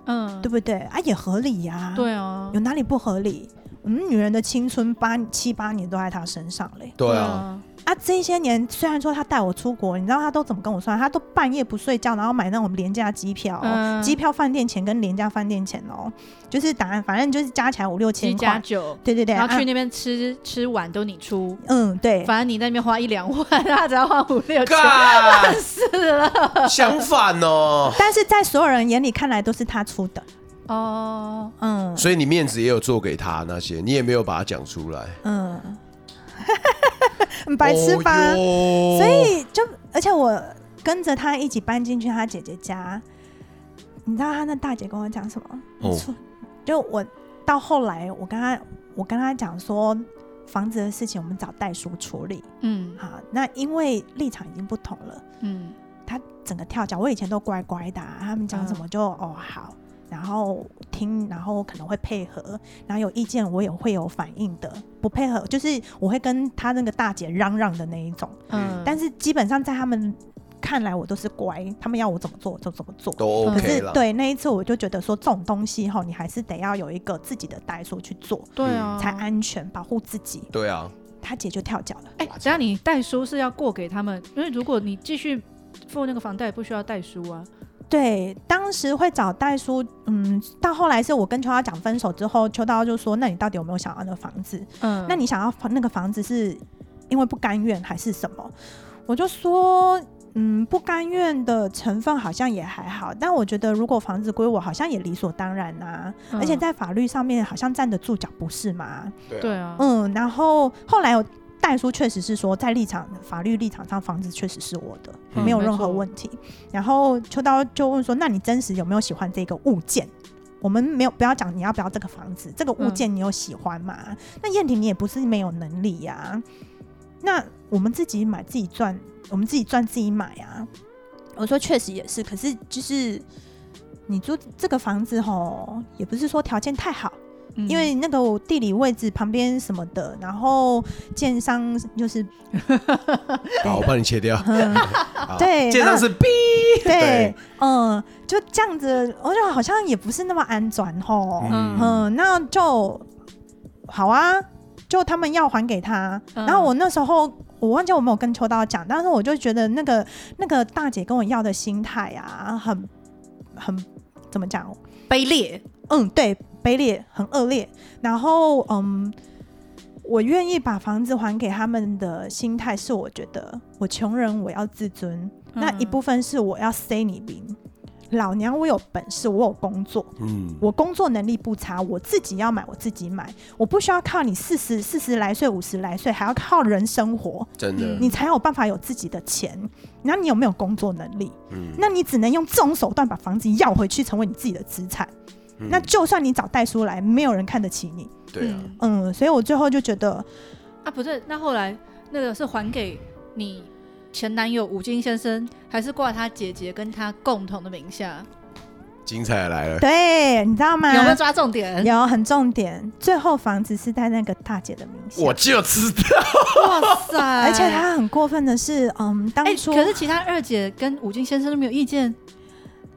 [SPEAKER 2] 嗯，
[SPEAKER 3] 对不对啊？也合理呀、
[SPEAKER 2] 对啊
[SPEAKER 3] 有，哪里不合理？我们女人的青春八七八年都在她身上嘞。
[SPEAKER 1] 对啊，，
[SPEAKER 3] 啊，这些年虽然说他带我出国，你知道他都怎么跟我算？他都半夜不睡觉，然后买那种廉价机票、哦
[SPEAKER 2] 嗯，
[SPEAKER 3] 机、票饭店钱跟廉价饭店钱哦，就是答案，反正就是加起来五六
[SPEAKER 2] 七
[SPEAKER 3] 千
[SPEAKER 2] 加
[SPEAKER 3] 块。
[SPEAKER 2] 九，
[SPEAKER 3] 对对对，
[SPEAKER 2] 然后
[SPEAKER 3] 啊
[SPEAKER 2] 去那边吃吃碗都你出，
[SPEAKER 3] 嗯，对，
[SPEAKER 2] 反正你在那边花一两万，他只要花五 [LAUGHS]
[SPEAKER 3] 嗯
[SPEAKER 2] 六千，
[SPEAKER 1] 干，
[SPEAKER 2] 是了
[SPEAKER 1] 相反
[SPEAKER 3] [LAUGHS]
[SPEAKER 1] 哦，
[SPEAKER 3] 但是在所有人眼里看来都是他出的，
[SPEAKER 2] 哦，
[SPEAKER 3] 嗯
[SPEAKER 1] 所以你面子也有做给他那些，你也没有把它讲出来，
[SPEAKER 3] 嗯， [LAUGHS] 很白痴吧？
[SPEAKER 1] 所
[SPEAKER 3] 所以就，而且我跟着他一起搬进去他姐姐家，你知道他那大姐跟我讲什么？
[SPEAKER 1] 哦
[SPEAKER 3] 说就我到后来，我跟他我跟他讲说，房子的事情我们找代书处理。
[SPEAKER 2] 嗯
[SPEAKER 3] 好，那因为立场已经不同了，
[SPEAKER 2] 嗯
[SPEAKER 3] 他整个跳脚，我以前都乖乖的啊、他们讲什么就、哦好，然后听，然后可能会配合，然后有意见我也会有反应的，不配合就是我会跟他那个大姐嚷嚷的那一种。
[SPEAKER 2] 嗯，
[SPEAKER 3] 但
[SPEAKER 2] 是
[SPEAKER 3] 是基本上在他们看来，我都是乖，他们要我怎么做我就怎么做。
[SPEAKER 1] 都
[SPEAKER 3] 可
[SPEAKER 1] OK
[SPEAKER 3] 是
[SPEAKER 1] 了，
[SPEAKER 3] 对那一次，我就觉得说这种东西哈，你还是得要有一个自己的代数去做，
[SPEAKER 2] 对啊，
[SPEAKER 3] 才安全，保护自己。
[SPEAKER 1] 对啊，
[SPEAKER 3] 他姐就跳脚了。
[SPEAKER 2] 哎，只要你代书是要过给他们，因为如果你继续付那个房贷，不需要代书啊。
[SPEAKER 3] 对，当时会找代书，嗯，到后来是我跟秋刀讲分手之后，秋刀就说：“那你到底有没有想要的房子？
[SPEAKER 2] 嗯，
[SPEAKER 3] 那你想要房那个房子是因为不甘愿还是什么？”我就说：“嗯，不甘愿的成分好像也还好，但我觉得如果房子归我，好像也理所当然啊。而且
[SPEAKER 2] 嗯
[SPEAKER 3] 在法律上面好像站得住脚，不是吗？
[SPEAKER 2] 对啊，
[SPEAKER 3] 嗯，然后后来我代书确实是说，在立场法律立场上，房子确实是我的，
[SPEAKER 1] 嗯
[SPEAKER 3] 没有
[SPEAKER 2] 没
[SPEAKER 3] 任何
[SPEAKER 2] 错
[SPEAKER 3] 问题。然后秋刀就问说：“那你真实有没有喜欢这个物件？”我们没有不要讲你要不要这个房子，这个物
[SPEAKER 2] 嗯
[SPEAKER 3] 件你有喜欢吗？那燕婷你也不是没有能力呀、那我们自己买自己赚，我们自己赚自己买啊。我说确实也是，可是就是你租这个房子吼，也不是说条件太好，
[SPEAKER 2] 嗯
[SPEAKER 3] 因为那个我地理位置旁边什么的，然后建商
[SPEAKER 2] [LAUGHS]
[SPEAKER 3] 就是，
[SPEAKER 1] 好，我帮你切掉。
[SPEAKER 3] 嗯，
[SPEAKER 2] 哎
[SPEAKER 3] 对，
[SPEAKER 1] 介
[SPEAKER 3] 那
[SPEAKER 1] 绍啊是 B，对
[SPEAKER 3] 对，嗯，就这样子，我觉得好像也不是那么安全吼，
[SPEAKER 1] 嗯
[SPEAKER 3] 嗯，那就好啊，就他们要还给他，
[SPEAKER 2] 嗯
[SPEAKER 3] 然后我那时候。我忘记我没有跟秋刀讲，但是我就觉得那个那个大姐跟我要的心态啊，很很怎么讲，
[SPEAKER 2] 卑劣，
[SPEAKER 3] 嗯，对，卑劣，很恶劣。然后，嗯，我愿意把房子还给他们的心态是，我觉得我穷人我要自尊，
[SPEAKER 2] 嗯
[SPEAKER 3] 那一部分是我要塞你兵。老娘我有本事，我有工作，
[SPEAKER 1] 嗯，
[SPEAKER 3] 我工作能力不差，我自己要买我自己买，我不需要靠你四十四十来岁、五十来岁还要靠人生活，
[SPEAKER 1] 真的，
[SPEAKER 3] 你才有办法有自己的钱。然后你有没有工作能力？
[SPEAKER 1] 嗯，
[SPEAKER 3] 那你只能用这种手段把房子要回去，成为你自己的资产。
[SPEAKER 1] 嗯
[SPEAKER 3] 那就算你找代书来，没有人看得起你。
[SPEAKER 1] 对啊，
[SPEAKER 2] 嗯
[SPEAKER 3] 嗯，所以我最后就觉得，
[SPEAKER 2] 啊，不是，那后来那个是还给你前男友吴京先生，还是挂他姐姐跟他共同的名下？
[SPEAKER 1] 精彩来了，
[SPEAKER 3] 对，你知道吗？
[SPEAKER 2] 有没有抓重点？
[SPEAKER 3] 啊有很重点，最后房子是在那个大姐的名下，
[SPEAKER 1] 我就知道，
[SPEAKER 2] 哇塞！
[SPEAKER 3] 而且她很过分的是，嗯，当
[SPEAKER 2] 哎、
[SPEAKER 3] 初
[SPEAKER 2] 可是其他二姐跟吴京先生都没有意见，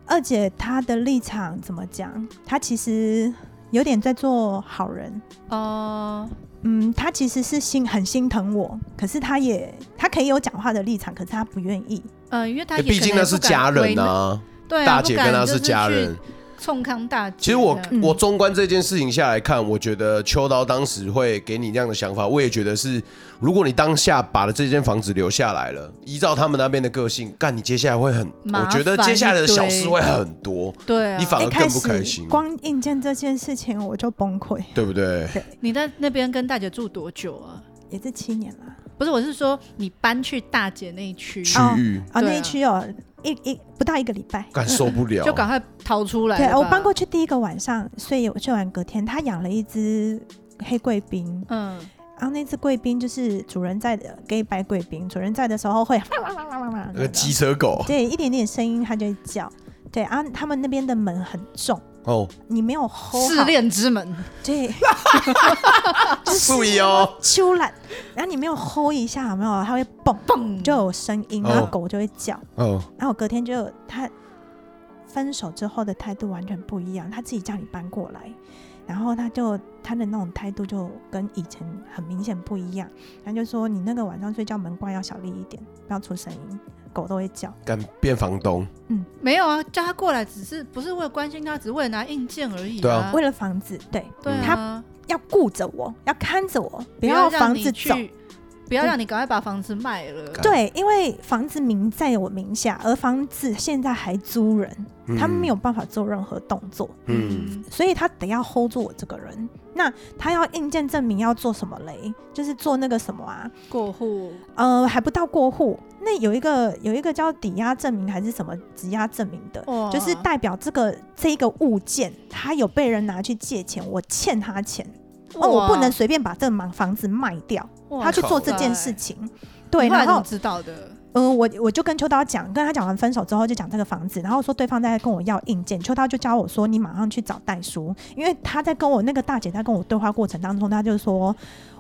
[SPEAKER 3] 二姐她的立场怎么讲？她其实有点在做好人，
[SPEAKER 2] 哦、
[SPEAKER 3] 嗯，她其实是心很心疼我，可是她也她可以有讲话的立场，可是她不愿意。
[SPEAKER 2] 呃，因为他也
[SPEAKER 1] 哎毕竟那是家人
[SPEAKER 2] 呐、
[SPEAKER 1] 呐，
[SPEAKER 2] 对啊，
[SPEAKER 1] 大姐跟
[SPEAKER 2] 不敢
[SPEAKER 1] 他
[SPEAKER 2] 就是
[SPEAKER 1] 家人
[SPEAKER 2] 去。嗯冲康大姐。
[SPEAKER 1] 其实我
[SPEAKER 3] 嗯
[SPEAKER 1] 我纵观这件事情下来看，我觉得秋刀当时会给你那样的想法，我也觉得是，如果你当下把这间房子留下来了，依照他们那边的个性，干你接下来会很，
[SPEAKER 2] 麻
[SPEAKER 1] 我
[SPEAKER 2] 烦
[SPEAKER 1] 觉得接下来的小事会很多，
[SPEAKER 2] 对啊，啊
[SPEAKER 1] 你反而
[SPEAKER 3] 嗯一开
[SPEAKER 1] 更不
[SPEAKER 3] 始
[SPEAKER 1] 开心，
[SPEAKER 3] 光硬件这件事情我就崩溃，
[SPEAKER 1] 对不对？
[SPEAKER 2] 你在那边跟大姐住多久啊？
[SPEAKER 3] 也是七年了。
[SPEAKER 2] 不是，我是说你搬去大姐那一区，
[SPEAKER 1] 区域
[SPEAKER 3] 啊，
[SPEAKER 2] 对
[SPEAKER 3] 那
[SPEAKER 2] 啊
[SPEAKER 3] 一区有一一不到一个礼拜。
[SPEAKER 1] 感受不了，
[SPEAKER 2] 就赶快逃出来
[SPEAKER 3] 对
[SPEAKER 2] 了，吧。
[SPEAKER 3] 我搬过去第一个晚上，所以我睡完隔天，他养了一只黑贵宾，
[SPEAKER 2] 嗯，
[SPEAKER 3] 然后那只贵宾就是主人在的给白贵宾，主人在的时候会 [LAUGHS]
[SPEAKER 2] 呃
[SPEAKER 3] 呃
[SPEAKER 1] 那个机车狗
[SPEAKER 3] 对一点点声音它就会叫，对啊，他们那边的门很重，
[SPEAKER 1] 哦，
[SPEAKER 3] 你没有 hold
[SPEAKER 2] 试
[SPEAKER 3] 好，
[SPEAKER 2] 炼之门， [LAUGHS]
[SPEAKER 3] 对，
[SPEAKER 1] 注意哦，
[SPEAKER 3] 秋懒，然后你没有 hold 一下，有没有？它会蹦，
[SPEAKER 2] 蹦
[SPEAKER 3] 就有声音，
[SPEAKER 1] 哦
[SPEAKER 3] 然后狗就会叫。
[SPEAKER 1] 哦，
[SPEAKER 3] 然后我隔天就有他分手之后的态度完全不一样，他自己叫你搬过来，然后他就他的那种态度就跟以前很明显不一样，他就说你那个晚上睡觉门关要小力一点，不要出声音，狗都会叫。
[SPEAKER 1] 敢变房东，
[SPEAKER 2] 没有啊，叫他过来只是不是为了关心他，只是为了拿硬件而已、
[SPEAKER 1] 对啊
[SPEAKER 3] 为了房子，对，
[SPEAKER 2] 对啊，
[SPEAKER 3] 要顾着我，要看着我，不
[SPEAKER 2] 不
[SPEAKER 3] 要
[SPEAKER 2] 让
[SPEAKER 3] 房
[SPEAKER 2] 你
[SPEAKER 3] 子走。
[SPEAKER 2] 去，不要让你赶快把房子卖了。
[SPEAKER 1] 干
[SPEAKER 3] 对，因为房子名在我名下，而房子现在还租人，
[SPEAKER 1] 嗯
[SPEAKER 3] 他们没有，办法做任何动作。
[SPEAKER 1] 嗯，
[SPEAKER 3] 所以他得要 hold 住我这个人。那他要硬件证明要做什么嘞？就是做那个什么啊，
[SPEAKER 2] 过户
[SPEAKER 3] 呃，还不到过户。那有一个有一个叫抵押证明还是什么质押证明的，
[SPEAKER 2] 哇
[SPEAKER 3] 就是代表这个这一个物件，他有被人拿去借钱，我欠他钱，哦，我不能随便把这个房房子卖掉，他去
[SPEAKER 1] 靠
[SPEAKER 3] 做这件事情。对，
[SPEAKER 2] 然
[SPEAKER 3] 然
[SPEAKER 2] 后
[SPEAKER 3] 后
[SPEAKER 2] 知道的，
[SPEAKER 3] 嗯，我我就跟秋刀讲，跟他讲完分手之后就讲这个房子，然后说对方在跟我要硬件，秋刀就教我说你马上去找代书，因为他在跟我那个大姐在跟我对话过程当中，他就说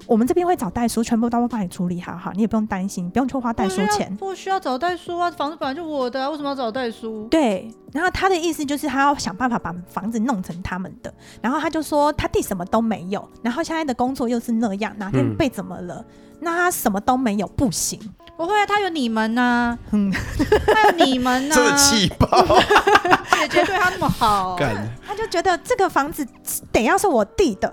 [SPEAKER 3] 我们这边会找代书，全部都会帮你处理好好，你也不用担心，不用去花代
[SPEAKER 2] 不
[SPEAKER 3] 书
[SPEAKER 2] 需要
[SPEAKER 3] 钱。
[SPEAKER 2] 啊不需要找代书啊，房子本来就我的、啊，为什么要找代书？
[SPEAKER 3] 对，然后他的意思就是他要想办法把房子弄成他们的，然后他就说他弟什么都没有，然后现在的工作又是那样，哪天
[SPEAKER 1] 嗯
[SPEAKER 3] 被怎么了，那他什么都没有不行。
[SPEAKER 2] 不会啊，他有你们呐、
[SPEAKER 3] 嗯，
[SPEAKER 2] 他有你们
[SPEAKER 1] [LAUGHS]
[SPEAKER 2] 呐、
[SPEAKER 1] 这气爆，
[SPEAKER 2] 姐姐对他那么好，
[SPEAKER 3] [LAUGHS]
[SPEAKER 1] 干，
[SPEAKER 3] 他就觉得这个房子得要是我弟的，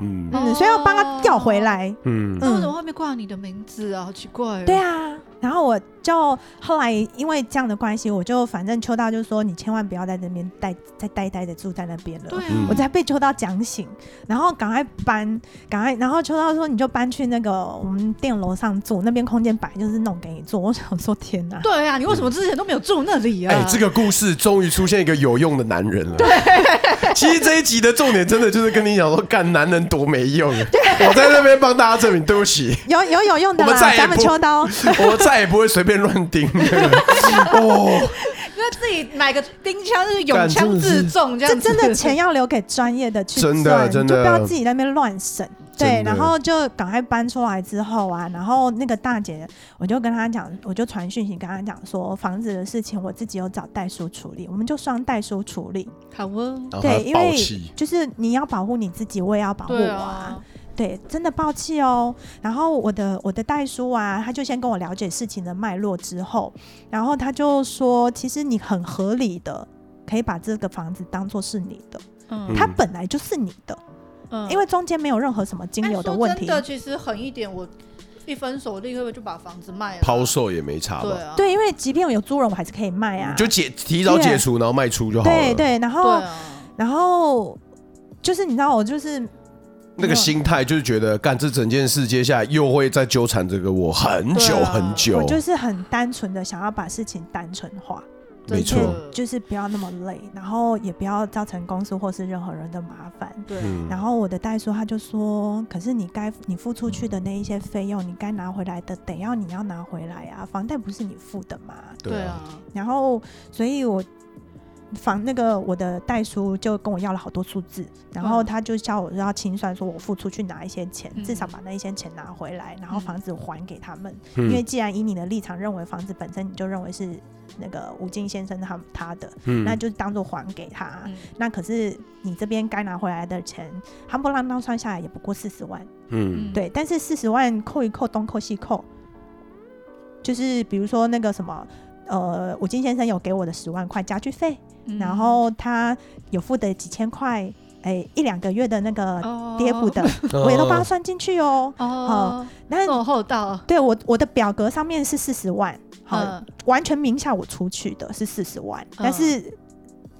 [SPEAKER 1] 嗯
[SPEAKER 3] 嗯，所以要帮他要回来。
[SPEAKER 2] 哦
[SPEAKER 1] 嗯，
[SPEAKER 2] 那为什么后面挂你的名字啊？好奇怪、哦。
[SPEAKER 3] 对，啊，然后我就后来因为这样的关系，我就反正秋道就说你千万不要在这边待，再呆呆的住在那边了。
[SPEAKER 2] 对啊，
[SPEAKER 1] 嗯
[SPEAKER 3] 我才被秋刀讲醒，然后赶快搬，赶快，然后秋刀说你就搬去那个我们店楼上住，那边空间摆就是弄给你做。我想说天哪，
[SPEAKER 2] 对啊，你为什么之前都没有住那里啊？
[SPEAKER 1] 哎，这个故事终于出现一个有用的男人了。对， [LAUGHS] 其实这一集的重点真的就是跟你讲说，干男人多没用啊。我在那边帮大家证明，对不起，
[SPEAKER 3] [LAUGHS] 有有有用的
[SPEAKER 1] 我们再
[SPEAKER 3] 啦，
[SPEAKER 1] 也
[SPEAKER 3] 咱们
[SPEAKER 1] 不
[SPEAKER 3] 秋刀，
[SPEAKER 1] 我再也不会随便乱盯的
[SPEAKER 3] [LAUGHS]
[SPEAKER 1] 了。哦，
[SPEAKER 2] 那自己买个钉枪，就是永枪自重这
[SPEAKER 3] 这
[SPEAKER 2] 样子。
[SPEAKER 3] 真
[SPEAKER 2] [LAUGHS]
[SPEAKER 3] 的钱要留给专业的去
[SPEAKER 1] 真的
[SPEAKER 3] 赚
[SPEAKER 1] 真
[SPEAKER 3] 就不要
[SPEAKER 1] 的
[SPEAKER 3] 自己在那边乱省。
[SPEAKER 1] 真
[SPEAKER 3] 对，
[SPEAKER 1] 的
[SPEAKER 3] 然后就赶快搬出来之后啊，然后那个大姐，我就跟她讲，我就传讯息跟她讲说，房子的事情我自己有找代书处理，我们就双代书处理。
[SPEAKER 2] 好哦，
[SPEAKER 1] 然后
[SPEAKER 3] 对，
[SPEAKER 1] 他
[SPEAKER 3] 因
[SPEAKER 1] 暴
[SPEAKER 3] 为
[SPEAKER 1] 气，
[SPEAKER 3] 就是你要保护你自己，我也要保护
[SPEAKER 2] 对
[SPEAKER 3] 我啊
[SPEAKER 2] 啊。，
[SPEAKER 3] 对，真的抱歉哦。然后我的我的代书啊，他就先跟我了解事情的脉络之后，然后他就说，其实你很合理的，可以把这个房子当做是你的，
[SPEAKER 2] 嗯
[SPEAKER 3] 它本来就是你的，
[SPEAKER 2] 嗯
[SPEAKER 3] 因为中间没有任何什么金
[SPEAKER 2] 哎
[SPEAKER 3] 流的
[SPEAKER 2] 说
[SPEAKER 3] 问
[SPEAKER 2] 真
[SPEAKER 3] 题。
[SPEAKER 2] 的，其实狠一点，我一分手，我立刻就把房子卖了，
[SPEAKER 1] 抛。售也没差
[SPEAKER 2] 对
[SPEAKER 1] 吧？
[SPEAKER 2] 啊，
[SPEAKER 3] 对，因为即便我有租人，我还是可以卖啊。
[SPEAKER 1] 就解提早解除，然后卖出就好了。
[SPEAKER 3] 对，对，
[SPEAKER 2] 对
[SPEAKER 3] 然后
[SPEAKER 2] 啊，
[SPEAKER 3] 然后就是你知道，我就是
[SPEAKER 1] 那个心态就是觉得，干这整件事接下来又会再纠缠这个我很久
[SPEAKER 2] 对啊
[SPEAKER 1] 很久
[SPEAKER 3] 我。就是很单纯的想要把事情单纯化。
[SPEAKER 1] 没错
[SPEAKER 2] 真的
[SPEAKER 3] 就是不要那么累，然后也不要造成公司或是任何人的麻烦。
[SPEAKER 2] 对，啊
[SPEAKER 1] 嗯
[SPEAKER 3] 然后我的代书他就说，可是你该你付出去的那一些费用，你该拿回来的得要你要拿回来啊，房贷不是你付的嘛。
[SPEAKER 2] 对，啊，
[SPEAKER 3] 然后，所以我房那个我的代书就跟我要了好多数字，然后
[SPEAKER 2] 嗯
[SPEAKER 3] 他就叫我要清算，说我付出去哪一些钱，至少
[SPEAKER 2] 嗯
[SPEAKER 3] 把那一些钱拿回来，然后
[SPEAKER 2] 嗯
[SPEAKER 3] 房子还给他们。因为
[SPEAKER 1] 嗯
[SPEAKER 3] 既然以你的立场认为房子本身，你就认为是那个吴京先生他他的，
[SPEAKER 1] 嗯
[SPEAKER 3] 那就当做还给他。
[SPEAKER 2] 嗯
[SPEAKER 3] 那可是你这边该拿回来的钱，夯不啷当算下来也不过四十万，
[SPEAKER 1] 嗯，
[SPEAKER 3] 对。但是四十万扣一扣，东扣西扣，就是比如说那个什么，呃，吴京先生有给我的十万块家具费，
[SPEAKER 2] 嗯
[SPEAKER 3] 然后他有付的几千块，哎，一两个月的那个
[SPEAKER 2] 哦
[SPEAKER 3] 跌补的，我也都帮他算进去哦。
[SPEAKER 2] 哦，
[SPEAKER 3] 那
[SPEAKER 2] 这么厚道，
[SPEAKER 3] 对我我的表格上面是四十万，好，
[SPEAKER 2] 嗯
[SPEAKER 3] 完全名下我出去的是四十万，
[SPEAKER 2] 嗯
[SPEAKER 3] 但是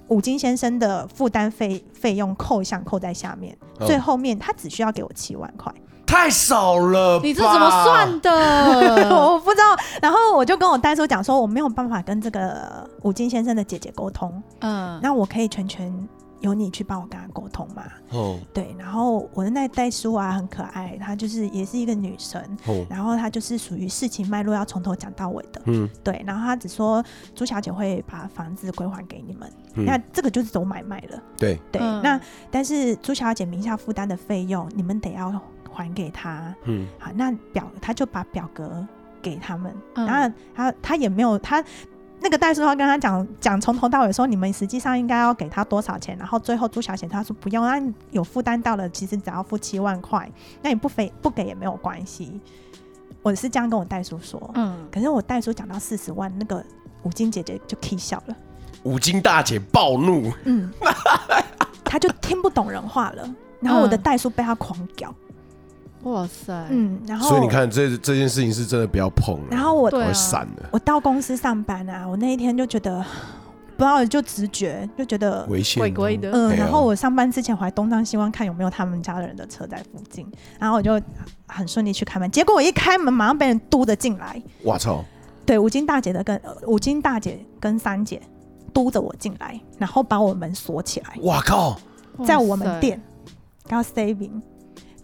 [SPEAKER 3] 五金先生的负担费费用扣项扣在下面，
[SPEAKER 1] 嗯
[SPEAKER 3] 最后面他只需要给我七万块，
[SPEAKER 1] 太少了。
[SPEAKER 2] 你这怎么？算
[SPEAKER 3] [LAUGHS]
[SPEAKER 2] 的？
[SPEAKER 3] 我不知道。然后我就跟我代叔讲说，我没有办法跟这个五金先生的姐姐沟通，
[SPEAKER 2] 嗯，
[SPEAKER 3] 那我可以全权由你去帮我跟他沟通嘛？
[SPEAKER 1] 哦
[SPEAKER 3] 对，然后我的那代叔啊很可爱，她就是也是一个女生，
[SPEAKER 1] 哦，
[SPEAKER 3] 然后她就是属于事情脉络要从头讲到尾的。
[SPEAKER 1] 嗯，
[SPEAKER 3] 对，然后他只说朱小姐会把房子归还给你们，
[SPEAKER 1] 嗯
[SPEAKER 3] 那这个就是走买卖了。
[SPEAKER 1] 对，
[SPEAKER 3] 对，
[SPEAKER 2] 嗯
[SPEAKER 3] 那但是朱小姐名下负担的费用，你们得要还给她。
[SPEAKER 1] 嗯
[SPEAKER 3] 好，那表他就把表格给他们，
[SPEAKER 2] 嗯
[SPEAKER 3] 然后他他也没有他。那个代书他跟他讲讲从头到尾说，你们实际上应该要给他多少钱，然后最后朱小姐她说不用，那你有负担到了，其实只要付七万块，那你不非不给也没有关系。我是这样跟我代书说，
[SPEAKER 2] 嗯，
[SPEAKER 3] 可是我代书讲到四十万，那个五金姐姐就 K 笑了，
[SPEAKER 1] 五金大姐暴怒，
[SPEAKER 3] 嗯，她就听不懂人话了。然后我的
[SPEAKER 2] 嗯
[SPEAKER 3] 代书被她狂屌，
[SPEAKER 2] 哇塞，
[SPEAKER 3] 嗯，然后
[SPEAKER 1] 所以你，看这这件事情是真的不要碰了，
[SPEAKER 3] 然后我
[SPEAKER 1] 我
[SPEAKER 2] 对啊
[SPEAKER 1] 会闪了，
[SPEAKER 3] 我到公司上班啊，我那一天就觉得，不知道就直觉就觉得，
[SPEAKER 1] 危险哦。
[SPEAKER 2] 鬼鬼的，
[SPEAKER 3] 嗯、
[SPEAKER 1] 哎呀
[SPEAKER 3] 然后我上班之前我还东张西望看有没有他们家的人的车在附近，然后我就很顺利去开门，结果我一开门马上被人嘟着进来，
[SPEAKER 1] 哇操！
[SPEAKER 3] 对，五金大姐的跟呃五金大姐跟三姐嘟着我进来，然后把我门锁起来。
[SPEAKER 1] 哇靠！
[SPEAKER 2] 哇
[SPEAKER 3] 嗯在我
[SPEAKER 2] 塞
[SPEAKER 3] 们，店，然后 saving，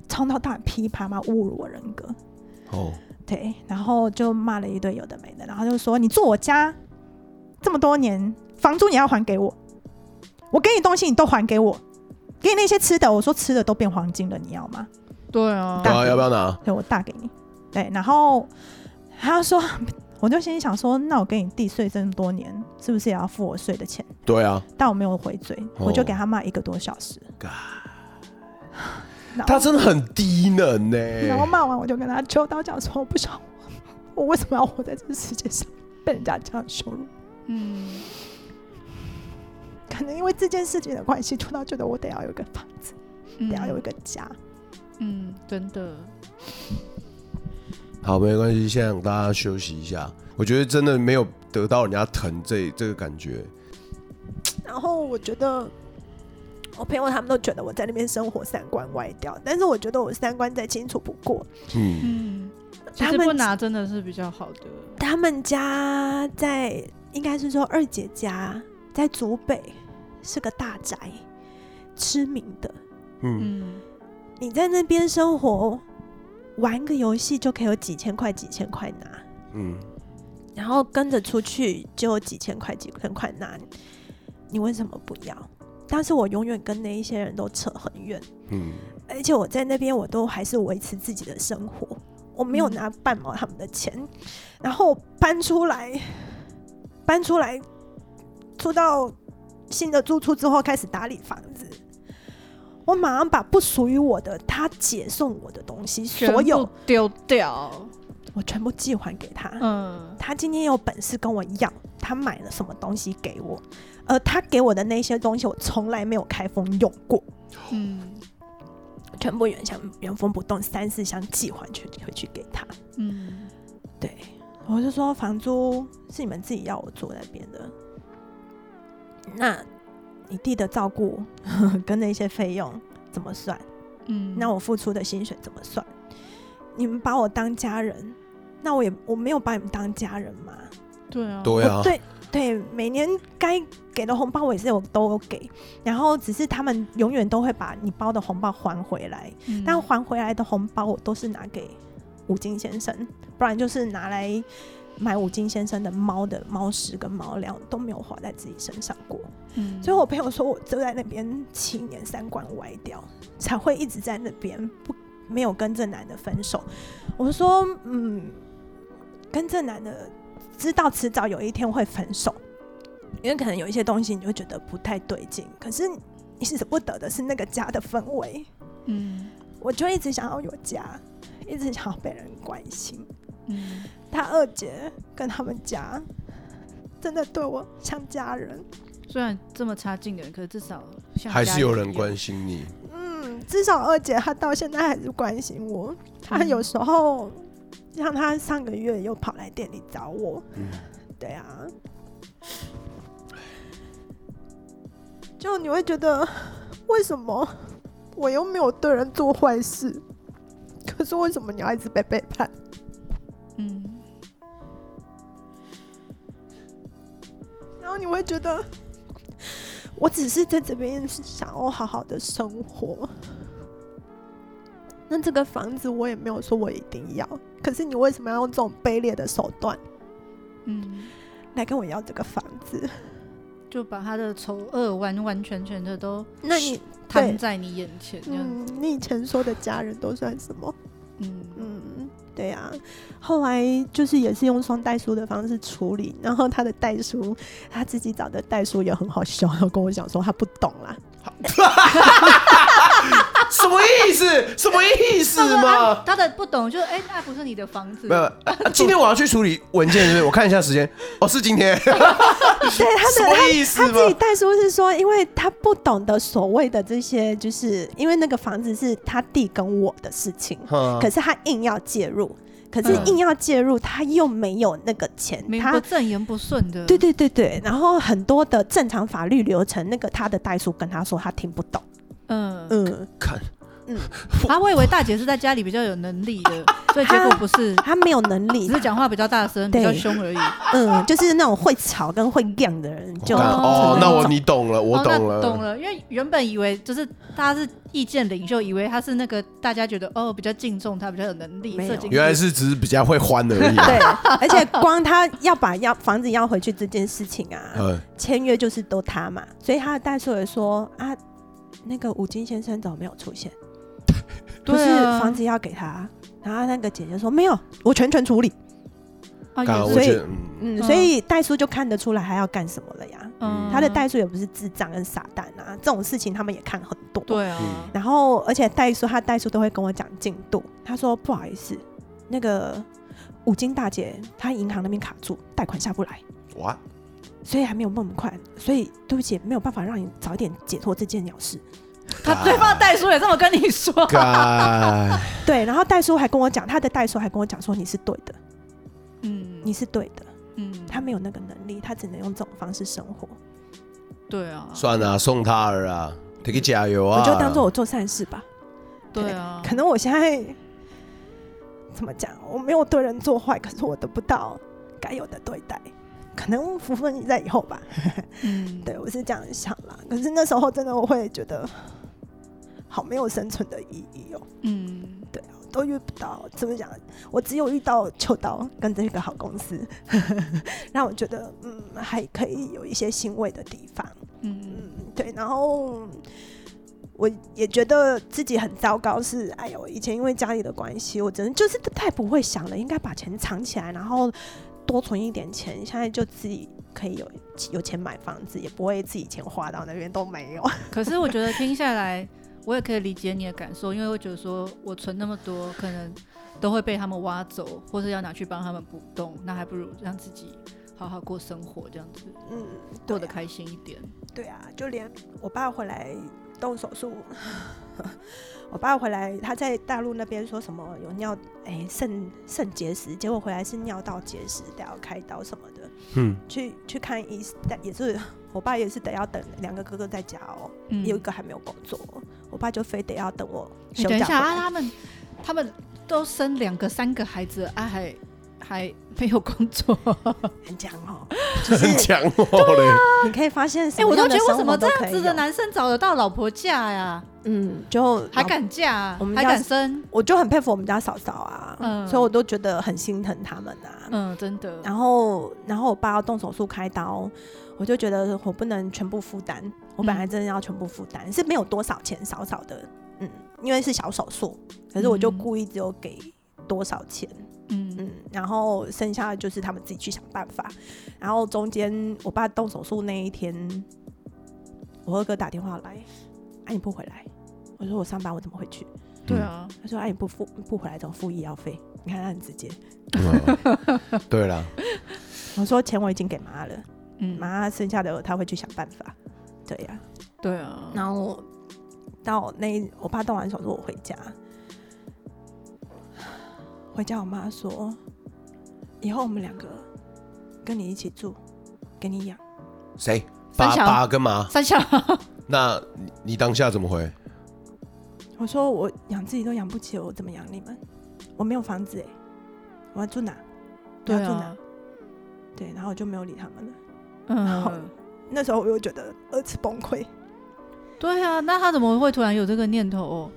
[SPEAKER 3] 从头到尾噼啪嘛侮辱我人格，
[SPEAKER 1] 哦，
[SPEAKER 3] 对，然后就骂了一堆有的没的，然后就说你住我家这么多年，房租你要还给我，我给你东西你都还给我，给你那些吃的，我说吃的都变黄金了，你要吗？
[SPEAKER 2] 对啊，
[SPEAKER 1] 对啊，要不要拿？
[SPEAKER 3] 对，我大给你，对，然后他说，我就心里想说，那我跟你弟睡这么多年，是不是也要付我税的钱？
[SPEAKER 1] 对啊，
[SPEAKER 3] 但我没有回嘴，我就给他骂一个多小时。然
[SPEAKER 1] 他
[SPEAKER 3] 后
[SPEAKER 1] 真的很低能呢、
[SPEAKER 3] 然
[SPEAKER 2] 哎
[SPEAKER 3] 后骂完我就跟他揪刀讲说，我不想活，我为什么要活在这个世界上，被人家这样羞辱？
[SPEAKER 2] 嗯，
[SPEAKER 3] 可能因为这件事情的关系，突然觉得我得要有一个房子，
[SPEAKER 2] 嗯
[SPEAKER 3] 得要有一个家。
[SPEAKER 2] 嗯，真的，
[SPEAKER 1] 好，没关系，先让大家休息一下。我觉得真的没有得到人家疼这这个感觉，
[SPEAKER 3] 然后我觉得我朋友他们都觉得我在那边生活三观歪掉，但是我觉得我三观再清楚不过。
[SPEAKER 1] 嗯，
[SPEAKER 2] 嗯，其
[SPEAKER 3] 他
[SPEAKER 2] 实
[SPEAKER 3] 们
[SPEAKER 2] 不拿真的是比较好的，
[SPEAKER 3] 他们家在应该是说二姐家在竹北是个大宅，知名的。
[SPEAKER 1] 嗯，
[SPEAKER 2] 嗯，
[SPEAKER 3] 你在那边生活，玩个游戏就可以有几千块、几千块拿，
[SPEAKER 1] 嗯，
[SPEAKER 3] 然后跟着出去就有几千块、几千块拿，你为什么不要？但是我永远跟那一些人都扯很远。
[SPEAKER 1] 嗯，
[SPEAKER 3] 而且我在那边我都还是维持自己的生活，我没有
[SPEAKER 2] 嗯
[SPEAKER 3] 拿半毛他们的钱，然后搬出来，搬出来，住到新的住处之后开始打理房子。我马上把不属于我的他姐送我的东西，
[SPEAKER 2] 全部
[SPEAKER 3] 所有
[SPEAKER 2] 丢掉，
[SPEAKER 3] 我全部寄还给他。
[SPEAKER 2] 嗯，
[SPEAKER 3] 他今天有本事跟我要，他买了什么东西给我，而他给我的那些东西，我从来没有开封用过。
[SPEAKER 2] 嗯
[SPEAKER 3] 全部原箱原封不动三四箱寄还去回去给他。
[SPEAKER 2] 嗯，
[SPEAKER 3] 对，我就说房租是你们自己要我住那边的，那你弟的照顾 [LAUGHS] 跟那些费用怎么算？
[SPEAKER 2] 嗯，
[SPEAKER 3] 那我付出的薪水怎么算？你们把我当家人，那我也我没有把你们当家人嘛？
[SPEAKER 2] 对啊，
[SPEAKER 1] 对啊
[SPEAKER 3] 嗯我，对对，每年该给的红包我也是有都有给，然后只是他们永远都会把你包的红包还回来，
[SPEAKER 2] 嗯
[SPEAKER 3] 但还回来的红包我都是拿给五金先生，不然就是拿来买五金先生的猫的猫食跟猫粮，都没有花在自己身上过。
[SPEAKER 2] 嗯
[SPEAKER 3] 所以我朋友说我就在那边七年三观歪掉，才会一直在那边不没有跟这男的分手。我说，嗯，跟这男的知道迟早有一天会分手，因为可能有一些东西你会觉得不太对劲，可是你舍不得的是那个家的氛围。
[SPEAKER 2] 嗯
[SPEAKER 3] 我就一直想要有家，一直想要被人关心。
[SPEAKER 2] 嗯
[SPEAKER 3] 他二姐跟他们家真的对我像家人，
[SPEAKER 2] 虽然这么差劲的人，可是至少像
[SPEAKER 1] 还是有人关
[SPEAKER 2] 关，
[SPEAKER 1] 心你，
[SPEAKER 3] 嗯，至少二姐她到现在还是关心我。她
[SPEAKER 2] 嗯
[SPEAKER 3] 有时候，像她上个月又跑来店里找我，
[SPEAKER 1] 嗯，
[SPEAKER 3] 对啊，就你会觉得为什么我又没有对人做坏事，可是为什么你要一直被背叛？
[SPEAKER 2] 嗯
[SPEAKER 3] 然后你会觉得，我只是在这边想要好好的生活。那这个房子我也没有说我一定要，可是你为什么要用这种卑劣的手段
[SPEAKER 2] 嗯，
[SPEAKER 3] 来跟我要这个房子？
[SPEAKER 2] 就把他的丑恶完完全全的都
[SPEAKER 3] 那你，
[SPEAKER 2] 摊在你眼前，这样，
[SPEAKER 3] 嗯，你以前说的家人都算什么？
[SPEAKER 2] 嗯
[SPEAKER 3] 嗯，对啊。后来就是也是用双代书的方式处理，然后他的代书他自己找的代书也很好笑，然后跟我讲说他不懂啦，
[SPEAKER 1] 什么意
[SPEAKER 3] [LAUGHS]
[SPEAKER 1] 思？什么意思
[SPEAKER 2] 他
[SPEAKER 3] 啊
[SPEAKER 1] 嘛？
[SPEAKER 2] 他的不懂，就是哎，那不是你的房子
[SPEAKER 1] 没，有，啊今天我要去处理文件，是不是？我看一下时间，哦，是今天，
[SPEAKER 3] 对哎他
[SPEAKER 1] 什
[SPEAKER 3] 的
[SPEAKER 1] 么意思
[SPEAKER 3] 他自己
[SPEAKER 1] 嘛？
[SPEAKER 3] 代书是说，因为他不懂得所谓的这些，就是因为那个房子是他弟跟我的事情，
[SPEAKER 1] 嗯
[SPEAKER 3] 可是他硬要介入，可是
[SPEAKER 2] 嗯
[SPEAKER 3] 硬要介入，他又没有那个钱，
[SPEAKER 2] 名不
[SPEAKER 3] 他。
[SPEAKER 2] 正言不顺的，
[SPEAKER 3] 对对对对，然后很多的正常法律流程，那个他的代书跟他说他听不懂，
[SPEAKER 2] 嗯
[SPEAKER 3] 嗯，
[SPEAKER 1] 看，
[SPEAKER 2] 啊，我以为大姐是在家里比较有能力
[SPEAKER 3] [LAUGHS]
[SPEAKER 2] 的，所以结果不是，
[SPEAKER 3] 他没有能力
[SPEAKER 2] 只， [LAUGHS] 是讲话比较大声，比
[SPEAKER 3] 啊对
[SPEAKER 2] 较凶而已。
[SPEAKER 3] 嗯，就是那种会吵跟会亮的人就
[SPEAKER 1] 我看哦，那我你懂了，我
[SPEAKER 2] 哦那
[SPEAKER 1] 懂了，
[SPEAKER 2] 懂了，因为原本以为就是他是意见领袖，以为他是那个大家觉得哦比较敬重他，比较有能力，
[SPEAKER 3] 没有
[SPEAKER 2] 社经地位
[SPEAKER 1] 原来是只是比较会欢而已、
[SPEAKER 3] [LAUGHS] 对
[SPEAKER 1] 啊。，
[SPEAKER 3] 而且光他要把要房子要回去这件事情啊，
[SPEAKER 1] 嗯，
[SPEAKER 3] 签约就是都他嘛，所以他的代书也说啊，那个五金先生怎么没有出现？不是
[SPEAKER 2] 对啊
[SPEAKER 3] 房子要给他，然后那个姐姐说没有，我全权处理。
[SPEAKER 2] 啊，
[SPEAKER 1] 干，
[SPEAKER 2] 也
[SPEAKER 1] 我
[SPEAKER 3] 所以
[SPEAKER 2] 是
[SPEAKER 1] 觉得，嗯，
[SPEAKER 3] 嗯，
[SPEAKER 2] 嗯
[SPEAKER 3] 所以代书就看得出来他要干什么了呀。
[SPEAKER 1] 嗯
[SPEAKER 3] 他的代数也不是智障跟傻蛋啊，这种事情他们也看很多。
[SPEAKER 2] 对啊，
[SPEAKER 1] 嗯
[SPEAKER 3] 然后而且代书他代书都会跟我讲进度，他说不好意思，那个五金大姐她银行那边卡住，贷款下不来，
[SPEAKER 1] 哇，
[SPEAKER 3] 所以还没有那么快，所以对不起，没有办法让你早一点解脱这件鸟事。
[SPEAKER 2] 他对方的代书也这么跟你说，
[SPEAKER 1] 干，
[SPEAKER 3] 对，然后代书还跟我讲，他的代书还跟我讲说你是对的，
[SPEAKER 2] 嗯，
[SPEAKER 3] 你是对的，
[SPEAKER 2] 嗯，
[SPEAKER 3] 他没有那个能力，他只能用这种方式生活。
[SPEAKER 2] 对啊，
[SPEAKER 1] 算了，送他了啦，take 加油啊！
[SPEAKER 3] 我就当做我做善事吧。
[SPEAKER 2] 对啊，
[SPEAKER 3] 可能我现在怎么讲，我没有对人做坏，可是我得不到该有的对待，可能福分在以后吧。
[SPEAKER 2] 嗯，
[SPEAKER 3] 对我是这样想啦，可是那时候真的我会觉得好没有生存的意义哦、
[SPEAKER 2] 嗯，
[SPEAKER 3] 都遇不到，怎么讲？我只有遇到秋刀跟这个好公司， [LAUGHS] 让我觉得嗯还可以有一些欣慰的地方。
[SPEAKER 2] 嗯，
[SPEAKER 3] 嗯，对，然后我也觉得自己很糟糕是，哎呦，以前因为家里的关系，我真的就是太不会想了，应该把钱藏起来，然后多存一点钱，现在就自己可以有有钱买房子，也不会自己钱花到那边都没有。
[SPEAKER 2] 可是我觉得听下来，我也可以理解你的感受，因为我觉得说我存那么多，可能都会被他们挖走，或是要拿去帮他们补洞，那还不如让自己好好过生活，这样子
[SPEAKER 3] 嗯，
[SPEAKER 2] 过
[SPEAKER 3] 对
[SPEAKER 2] 得
[SPEAKER 3] 啊，
[SPEAKER 2] 开心一点。
[SPEAKER 3] 对啊，就连我爸回来动手术。 [LAUGHS] 我爸回来，他在大陆那边说什么有尿哎肾肾结石，结果回来是尿道结石，得要开刀什么的。
[SPEAKER 1] 嗯，
[SPEAKER 3] 去去看医生，但也是我爸也是得要等两个哥哥在家哦，
[SPEAKER 2] 嗯
[SPEAKER 3] 有一个还没有工作，我爸就非得要等我
[SPEAKER 2] 你
[SPEAKER 3] 休假
[SPEAKER 2] 等
[SPEAKER 3] 回
[SPEAKER 2] 一
[SPEAKER 3] 来。
[SPEAKER 2] 下啊，他们他们都生两个、三个孩子啊，还还没有工
[SPEAKER 3] [LAUGHS]
[SPEAKER 2] 作。
[SPEAKER 3] 很讲哦，
[SPEAKER 1] 很强哦嘞，
[SPEAKER 3] 你可以发现什
[SPEAKER 2] 哎、我
[SPEAKER 3] 么
[SPEAKER 2] 都
[SPEAKER 3] 样
[SPEAKER 2] 觉得为
[SPEAKER 3] 的
[SPEAKER 2] 什
[SPEAKER 3] 生活
[SPEAKER 2] 么
[SPEAKER 3] 都
[SPEAKER 2] 这
[SPEAKER 3] 可
[SPEAKER 2] 样
[SPEAKER 3] 以啊
[SPEAKER 2] 子的
[SPEAKER 3] 有
[SPEAKER 2] 男生找得到老婆嫁呀、
[SPEAKER 3] 嗯，就
[SPEAKER 2] 还
[SPEAKER 3] 老，
[SPEAKER 2] 敢嫁、啊
[SPEAKER 3] 我们，
[SPEAKER 2] 还
[SPEAKER 3] 家
[SPEAKER 2] 敢
[SPEAKER 3] 是
[SPEAKER 2] 生？
[SPEAKER 3] 我就很佩服我们家嫂嫂啊，
[SPEAKER 2] 嗯
[SPEAKER 3] 所以我都觉得很心疼他们啊。
[SPEAKER 2] 嗯，真的。
[SPEAKER 3] 然后，然后我爸要动手术开刀，我就觉得我不能全部负担。我本
[SPEAKER 2] 嗯
[SPEAKER 3] 来真的要全部负担，是没有多少钱，少少的，嗯，因为是小手术，可是我就
[SPEAKER 2] 嗯
[SPEAKER 3] 故意只有给多少钱，
[SPEAKER 2] 嗯
[SPEAKER 3] 嗯，然后剩下的就是他们自己去想办法。然后中间我爸动手术那一天，我二哥打电话来，哎、你不回来？我说我上班，我怎么回去？
[SPEAKER 2] 对啊，
[SPEAKER 3] 他说哎、你不付不回来怎么付医药费？你看他很直接。啊
[SPEAKER 1] 嗯对了，
[SPEAKER 3] 我说钱我已经给妈了，
[SPEAKER 2] 嗯，
[SPEAKER 3] 妈剩下的她会去想办法。对呀、
[SPEAKER 2] 对啊，
[SPEAKER 3] 然后到那一我爸动完手术我回家，回家我妈说，以后我们两个跟你一起住，给你养。
[SPEAKER 1] 谁？
[SPEAKER 2] 三
[SPEAKER 1] 爸
[SPEAKER 2] 小
[SPEAKER 1] 爸干 [LAUGHS] 嘛？
[SPEAKER 2] 三小，
[SPEAKER 1] 那你你当下怎么回？
[SPEAKER 3] 我说我养自己都养不起，我怎么养你们？我没有房子哎、我要住哪？我要
[SPEAKER 2] [LAUGHS] 对
[SPEAKER 3] 住哪
[SPEAKER 2] 啊？，
[SPEAKER 3] 对，然后我就没有理他们了。好
[SPEAKER 2] 嗯，
[SPEAKER 3] 那时候我又觉得二次崩溃。
[SPEAKER 2] 对啊，那他怎么会突然有这个念头、哦？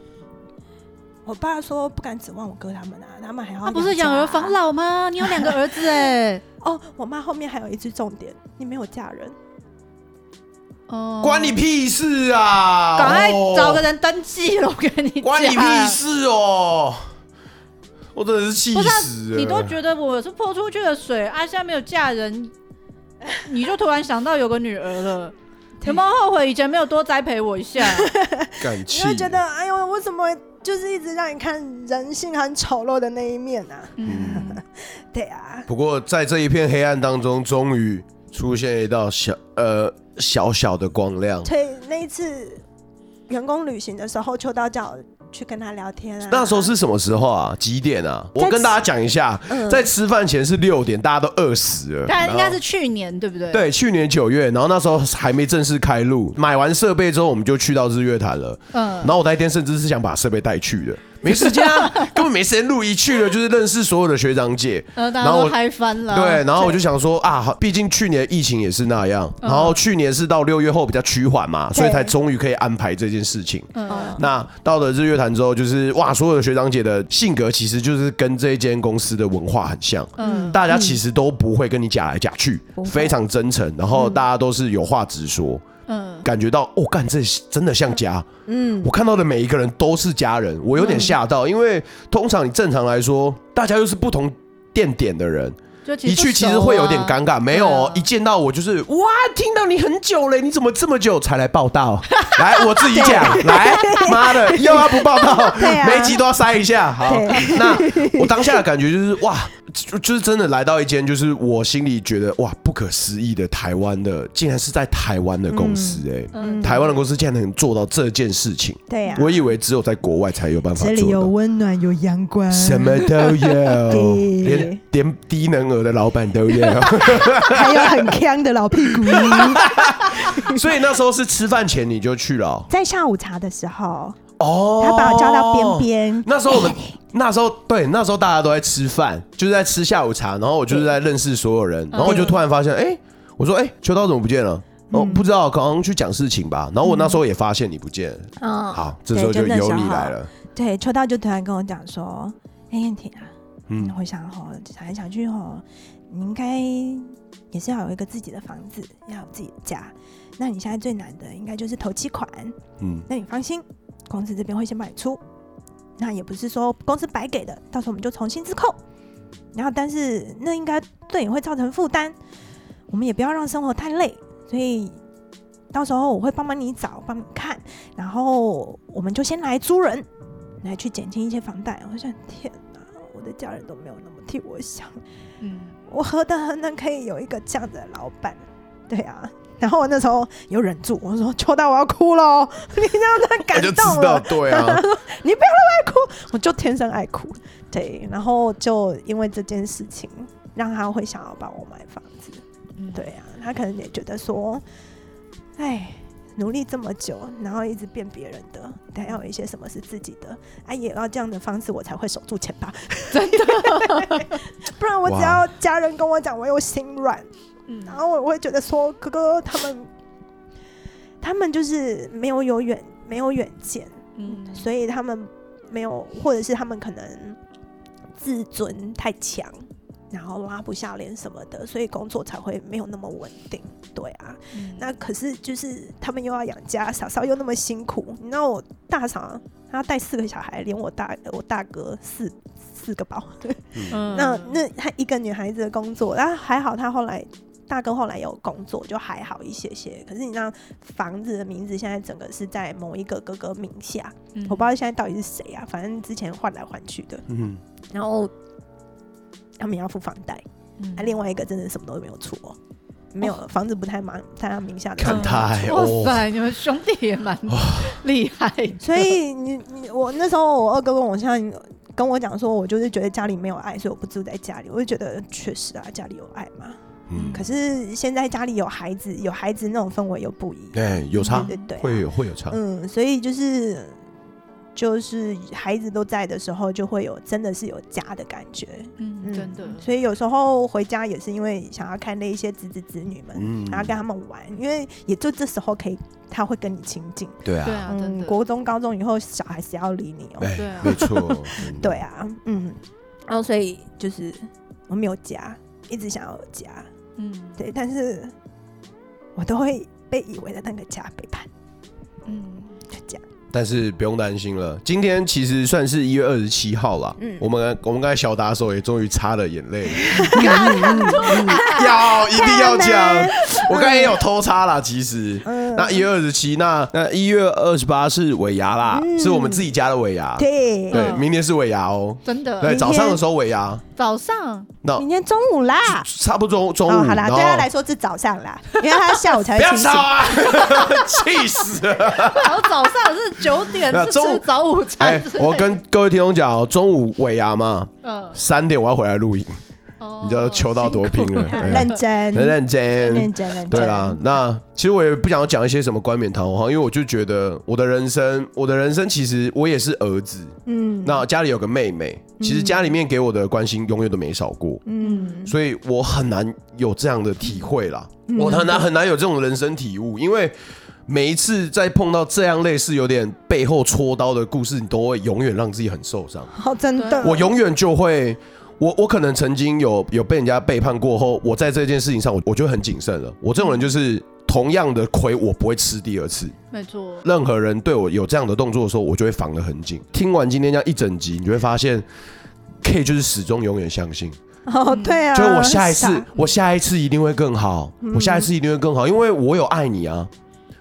[SPEAKER 3] 我爸说不敢指望我哥他们啊，他们还要、
[SPEAKER 2] 他不是养儿防老吗？你有两个儿子 [LAUGHS] 哎，
[SPEAKER 3] 哦，我妈后面还有一句重点，你没有嫁人，
[SPEAKER 2] 哦，
[SPEAKER 1] 关你，屁事啊！
[SPEAKER 2] 赶快找个
[SPEAKER 1] 哦
[SPEAKER 2] 人登记了，我跟你讲
[SPEAKER 1] 关你屁事哦！我真的是气
[SPEAKER 2] 不是啊
[SPEAKER 1] 死了。
[SPEAKER 2] 你都觉得我是泼出去的水啊，现在没有嫁人，你就突然想到有个女儿 [LAUGHS] 了，有没有后悔以前没有多栽培我一 [LAUGHS] 下？
[SPEAKER 1] 感
[SPEAKER 3] 你
[SPEAKER 1] 气，
[SPEAKER 3] 会觉得哎呦，为什么就是一直让你看人性很丑陋的那一面啊？ [LAUGHS]
[SPEAKER 2] 嗯，
[SPEAKER 3] 对啊，
[SPEAKER 1] 不过在这一片黑暗当中，终于出现一道小呃小小的光亮。
[SPEAKER 3] 所以那一次员工旅行的时候，秋刀叫我去跟他聊天啊，
[SPEAKER 1] 那时候是什么时候啊？几点啊？我
[SPEAKER 3] 在
[SPEAKER 1] 跟
[SPEAKER 3] 吃
[SPEAKER 1] 大家讲一下，
[SPEAKER 3] 嗯
[SPEAKER 1] 在吃饭前是六点，大家都饿死了。
[SPEAKER 2] 但应该
[SPEAKER 1] 然后
[SPEAKER 2] 是去年对不对？，
[SPEAKER 1] 对，去年九月，然后那时候还没正式开录，买完设备之后，我们就去到日月潭了。
[SPEAKER 2] 嗯
[SPEAKER 1] 然，后我那一天甚至是想把设备带去的，没时间
[SPEAKER 2] [LAUGHS]
[SPEAKER 1] 啊，根本没时间录。一去了就是认识所有的学长姐，
[SPEAKER 2] 呃，大
[SPEAKER 1] 然
[SPEAKER 2] 家
[SPEAKER 1] 后
[SPEAKER 2] 都
[SPEAKER 1] 我
[SPEAKER 2] 嗨翻了，
[SPEAKER 1] 对，然后我就想说啊，好毕竟去年疫情也是那样，
[SPEAKER 2] 嗯
[SPEAKER 1] 然后去年是到六月后比较趋缓嘛，所以才终于可以安排这件事情。
[SPEAKER 2] 嗯
[SPEAKER 1] 那到了日月潭之后，就是哇，所有的学长姐的性格其实就是跟这一间公司的文化很像，
[SPEAKER 2] 嗯
[SPEAKER 1] 大家其实都不会跟你假来假去，非常真诚，然后大家都是有话直说，
[SPEAKER 2] 嗯，
[SPEAKER 1] 感觉到哦，干这真的像家。
[SPEAKER 3] 嗯，
[SPEAKER 1] 我看到的每一个人都是家人，
[SPEAKER 2] 嗯
[SPEAKER 1] 我有点吓到，因为通常你正常来说，大家又是不同店点的人，
[SPEAKER 2] 就其实
[SPEAKER 1] 一
[SPEAKER 2] 不
[SPEAKER 1] 去其实
[SPEAKER 2] 熟
[SPEAKER 1] 会有
[SPEAKER 2] 啊
[SPEAKER 1] 点尴尬，没有哦，
[SPEAKER 2] 对
[SPEAKER 1] 一
[SPEAKER 2] 啊
[SPEAKER 1] 见到我就是哇，听到你很久了，你怎么这么久才来报
[SPEAKER 2] [LAUGHS]
[SPEAKER 1] 道？来，我自己讲，来，妈的，又要不报道，
[SPEAKER 3] 对啊
[SPEAKER 1] 每集都要塞一下。好
[SPEAKER 3] 对，
[SPEAKER 1] 那我当下的感觉就是哇，就就是真的来到一间，就是我心里觉得哇，不可思议的台湾的，竟然是在台湾的公司哎、
[SPEAKER 2] 嗯啊
[SPEAKER 1] 台湾的公司竟然能做到这件事情，
[SPEAKER 3] 对啊呀、
[SPEAKER 1] 我以为只有在国外才有办法
[SPEAKER 3] 这里
[SPEAKER 1] 做
[SPEAKER 3] 有
[SPEAKER 1] 到。
[SPEAKER 3] 温暖，有阳光，
[SPEAKER 1] 什么都有，
[SPEAKER 3] 对
[SPEAKER 1] 连连低能儿的老板都有。
[SPEAKER 3] 还有很强的
[SPEAKER 1] [LAUGHS]
[SPEAKER 3] 老屁股。
[SPEAKER 1] 所以那时候是吃饭前你就去了哦
[SPEAKER 3] 在下午茶的时候，
[SPEAKER 1] 哦，
[SPEAKER 3] 他把我叫到边。边，
[SPEAKER 1] 那时候我们那时候对那时候大家都在吃饭，就是在吃下午茶，然后我就是在认识所有
[SPEAKER 3] 嗯
[SPEAKER 1] 人，然后我就突然发现，哎、我说哎、秋刀怎么不见了？哦，
[SPEAKER 3] 嗯
[SPEAKER 1] 不知道，刚刚去讲事情吧。然后我那时候也发现你不见了，
[SPEAKER 3] [LAUGHS] 嗯，
[SPEAKER 1] 好，这时候就
[SPEAKER 3] 对就那时
[SPEAKER 1] 由
[SPEAKER 3] 候
[SPEAKER 1] 你来了。
[SPEAKER 3] 对，秋刀就突然跟我讲说：“哎、燕婷啊，
[SPEAKER 1] 嗯，
[SPEAKER 3] 我想吼，想来想去吼，你应该也是要有一个自己的房子，要有自己的家。那你现在最难的应该就是头期款，
[SPEAKER 1] 嗯，
[SPEAKER 3] 那你放心，公司这边会先帮你出。那也不是说公司白给的，到时候我们就重新自扣。然后，但是那应该对你会造成负担，我们也不要让生活太累，所以到时候我会帮忙你找，帮你看，然后我们就先来租人，来去减轻一些房贷。我想，天哪，我的家人都没有那么替我想，
[SPEAKER 2] 嗯，
[SPEAKER 3] 我何德何能可以有一个这样子的老板？对啊。然后我那时候有忍住，我说：“秋到我要哭了哦， [LAUGHS] 你让他
[SPEAKER 1] 我
[SPEAKER 3] 感
[SPEAKER 1] 就知
[SPEAKER 3] 动
[SPEAKER 1] 道，
[SPEAKER 3] 了。
[SPEAKER 1] 对啊，
[SPEAKER 3] 你不要让我爱哭，我就天生爱哭。对，然后就因为这件事情，让他会想要帮我买房子。
[SPEAKER 2] 嗯
[SPEAKER 3] 对啊，他可能也觉得说，哎，努力这么久，然后一直变别人的，得要有一些什么是自己的，啊，也要这样的方式我才会守住钱吧。真的， [LAUGHS] 不然我只要家人跟我讲我有心软，
[SPEAKER 2] 嗯
[SPEAKER 3] 然后我会觉得说，哥哥他们，他们就是没有有远，没有远见。
[SPEAKER 2] 嗯，
[SPEAKER 3] 所以他们没有，或者是他们可能自尊太强，然后拉不下脸什么的，所以工作才会没有那么稳定。对啊，
[SPEAKER 2] 嗯
[SPEAKER 3] 那可是就是他们又要养家，嫂嫂又那么辛苦。你知道我大嫂啊她带四个小孩，连我大我大哥四四个宝。
[SPEAKER 2] 嗯
[SPEAKER 3] 那那她一个女孩子的工作，然后还好她后来。大哥后来有工作，就还好一些些。可是你知道，房子的名字现在整个是在某一个哥哥名下，
[SPEAKER 2] 嗯
[SPEAKER 3] 我不知道现在到底是谁啊，反正之前换来换去的，
[SPEAKER 1] 嗯，
[SPEAKER 3] 然后他们也要付房贷，
[SPEAKER 2] 嗯
[SPEAKER 3] 啊，另外一个真的什么都没有出哦，没有房子不太忙，在他名下的，
[SPEAKER 1] 看他哎
[SPEAKER 2] 嗯哇
[SPEAKER 1] 哦
[SPEAKER 2] 塞，你们兄弟也蛮厉害的，
[SPEAKER 3] 所以你你我那时候我二哥跟我像跟我讲说，我就是觉得家里没有爱，所以我不住在家里，我就觉得确实啊，家里有爱嘛，
[SPEAKER 1] 嗯
[SPEAKER 3] [LAUGHS] 可是现在家里有孩子，有孩子那种氛围又不一样，
[SPEAKER 1] 哎，有差，
[SPEAKER 3] 对对对啊，
[SPEAKER 1] 会有会有差，
[SPEAKER 3] 嗯，所以就是就是孩子都在的时候，就会有真的是有家的感觉，
[SPEAKER 2] 嗯，真的，
[SPEAKER 3] 所以有时候回家也是因为想要看那一些子子子女们，
[SPEAKER 1] 嗯，
[SPEAKER 3] 然后跟他们玩，因为也就这时候可以，他会跟你亲近。嗯
[SPEAKER 1] 对
[SPEAKER 2] 对
[SPEAKER 1] 啊，
[SPEAKER 2] 啊，真的，
[SPEAKER 3] 国中、高中以后，小孩谁要理你哦、
[SPEAKER 1] 哎
[SPEAKER 2] 对啊，
[SPEAKER 1] 没
[SPEAKER 3] [LAUGHS]
[SPEAKER 1] 错，嗯
[SPEAKER 3] 对，啊，嗯，然后所以就是我没有家，一直想要有家，
[SPEAKER 2] 嗯，
[SPEAKER 3] 对，但是我都会被以为的那个家背叛，
[SPEAKER 2] 嗯，
[SPEAKER 3] 就这样。
[SPEAKER 1] 但是不用担心了，今天其实算是一月二十七号啦。
[SPEAKER 3] 嗯
[SPEAKER 1] 我们我们刚才小打手也终于擦了眼
[SPEAKER 3] [LAUGHS]
[SPEAKER 1] 泪了，要一定要讲
[SPEAKER 3] 干嘛，
[SPEAKER 1] 我刚才也有偷擦啦，其实。
[SPEAKER 3] 嗯，
[SPEAKER 1] 那一月二十七，那那一月二十八是尾牙啦，
[SPEAKER 3] 嗯
[SPEAKER 1] 是我们自己家的尾牙。
[SPEAKER 3] 对，
[SPEAKER 1] 啊对，
[SPEAKER 2] 嗯
[SPEAKER 1] 明年是尾牙哦。
[SPEAKER 2] 真
[SPEAKER 1] 对，
[SPEAKER 2] 的，
[SPEAKER 1] 早上的时候尾牙，
[SPEAKER 2] 早上
[SPEAKER 1] 那
[SPEAKER 3] 明天中午啦。
[SPEAKER 1] 差不多中
[SPEAKER 3] 哦，
[SPEAKER 1] 午。
[SPEAKER 3] 好啦，
[SPEAKER 1] 然后
[SPEAKER 3] 对他来说是早上啦， [LAUGHS] 因为他下午才
[SPEAKER 1] 不
[SPEAKER 3] 会
[SPEAKER 1] 要
[SPEAKER 3] 清醒
[SPEAKER 1] 吵。啊， [LAUGHS] 气死了。
[SPEAKER 3] [LAUGHS]
[SPEAKER 2] 然后早上是九点
[SPEAKER 1] 那
[SPEAKER 2] 是
[SPEAKER 1] 中午
[SPEAKER 2] 吃早午
[SPEAKER 1] 哎
[SPEAKER 2] 餐之类，的，
[SPEAKER 1] 我跟各位听众讲哦，中午尾牙嘛，
[SPEAKER 2] 嗯，
[SPEAKER 1] 三点我要回来录影，
[SPEAKER 2] 哦
[SPEAKER 1] 你知道求到多拼了，
[SPEAKER 3] 好
[SPEAKER 1] 对啊
[SPEAKER 3] 嗯认
[SPEAKER 1] 很
[SPEAKER 3] 真，
[SPEAKER 1] 认真
[SPEAKER 3] 认。真，认真。
[SPEAKER 1] 对啦，那其实我也不想要讲一些什么冠冕堂皇，因为我就觉得我的人生，我的人生其实我也是儿子，
[SPEAKER 3] 嗯，
[SPEAKER 1] 那家里有个妹妹，其实家里面给我的关心永远都没少过，
[SPEAKER 3] 嗯，
[SPEAKER 1] 所以我很难有这样的体会啦，
[SPEAKER 3] 嗯
[SPEAKER 1] 我很难很难有这种人生体悟，因为每一次在碰到这样类似有点背后戳刀的故事，你都会永远让自己很受伤。
[SPEAKER 3] 好，真的，
[SPEAKER 1] 我永远就会，我我可能曾经有有被人家背叛过后，我在这件事情上，我我就很谨慎了。我这种人就是同样的亏，我不会吃第二次。
[SPEAKER 2] 没错，
[SPEAKER 1] 任何人对我有这样的动作的时候，我就会防得很紧。听完今天这样一整集，你就会发现。K 就是始终永远相信，
[SPEAKER 3] 哦，对啊，
[SPEAKER 1] 就是我下一次
[SPEAKER 3] 傻，嗯
[SPEAKER 1] 我下一次一定会更好，我下一次一定会更好，因为我有爱你啊，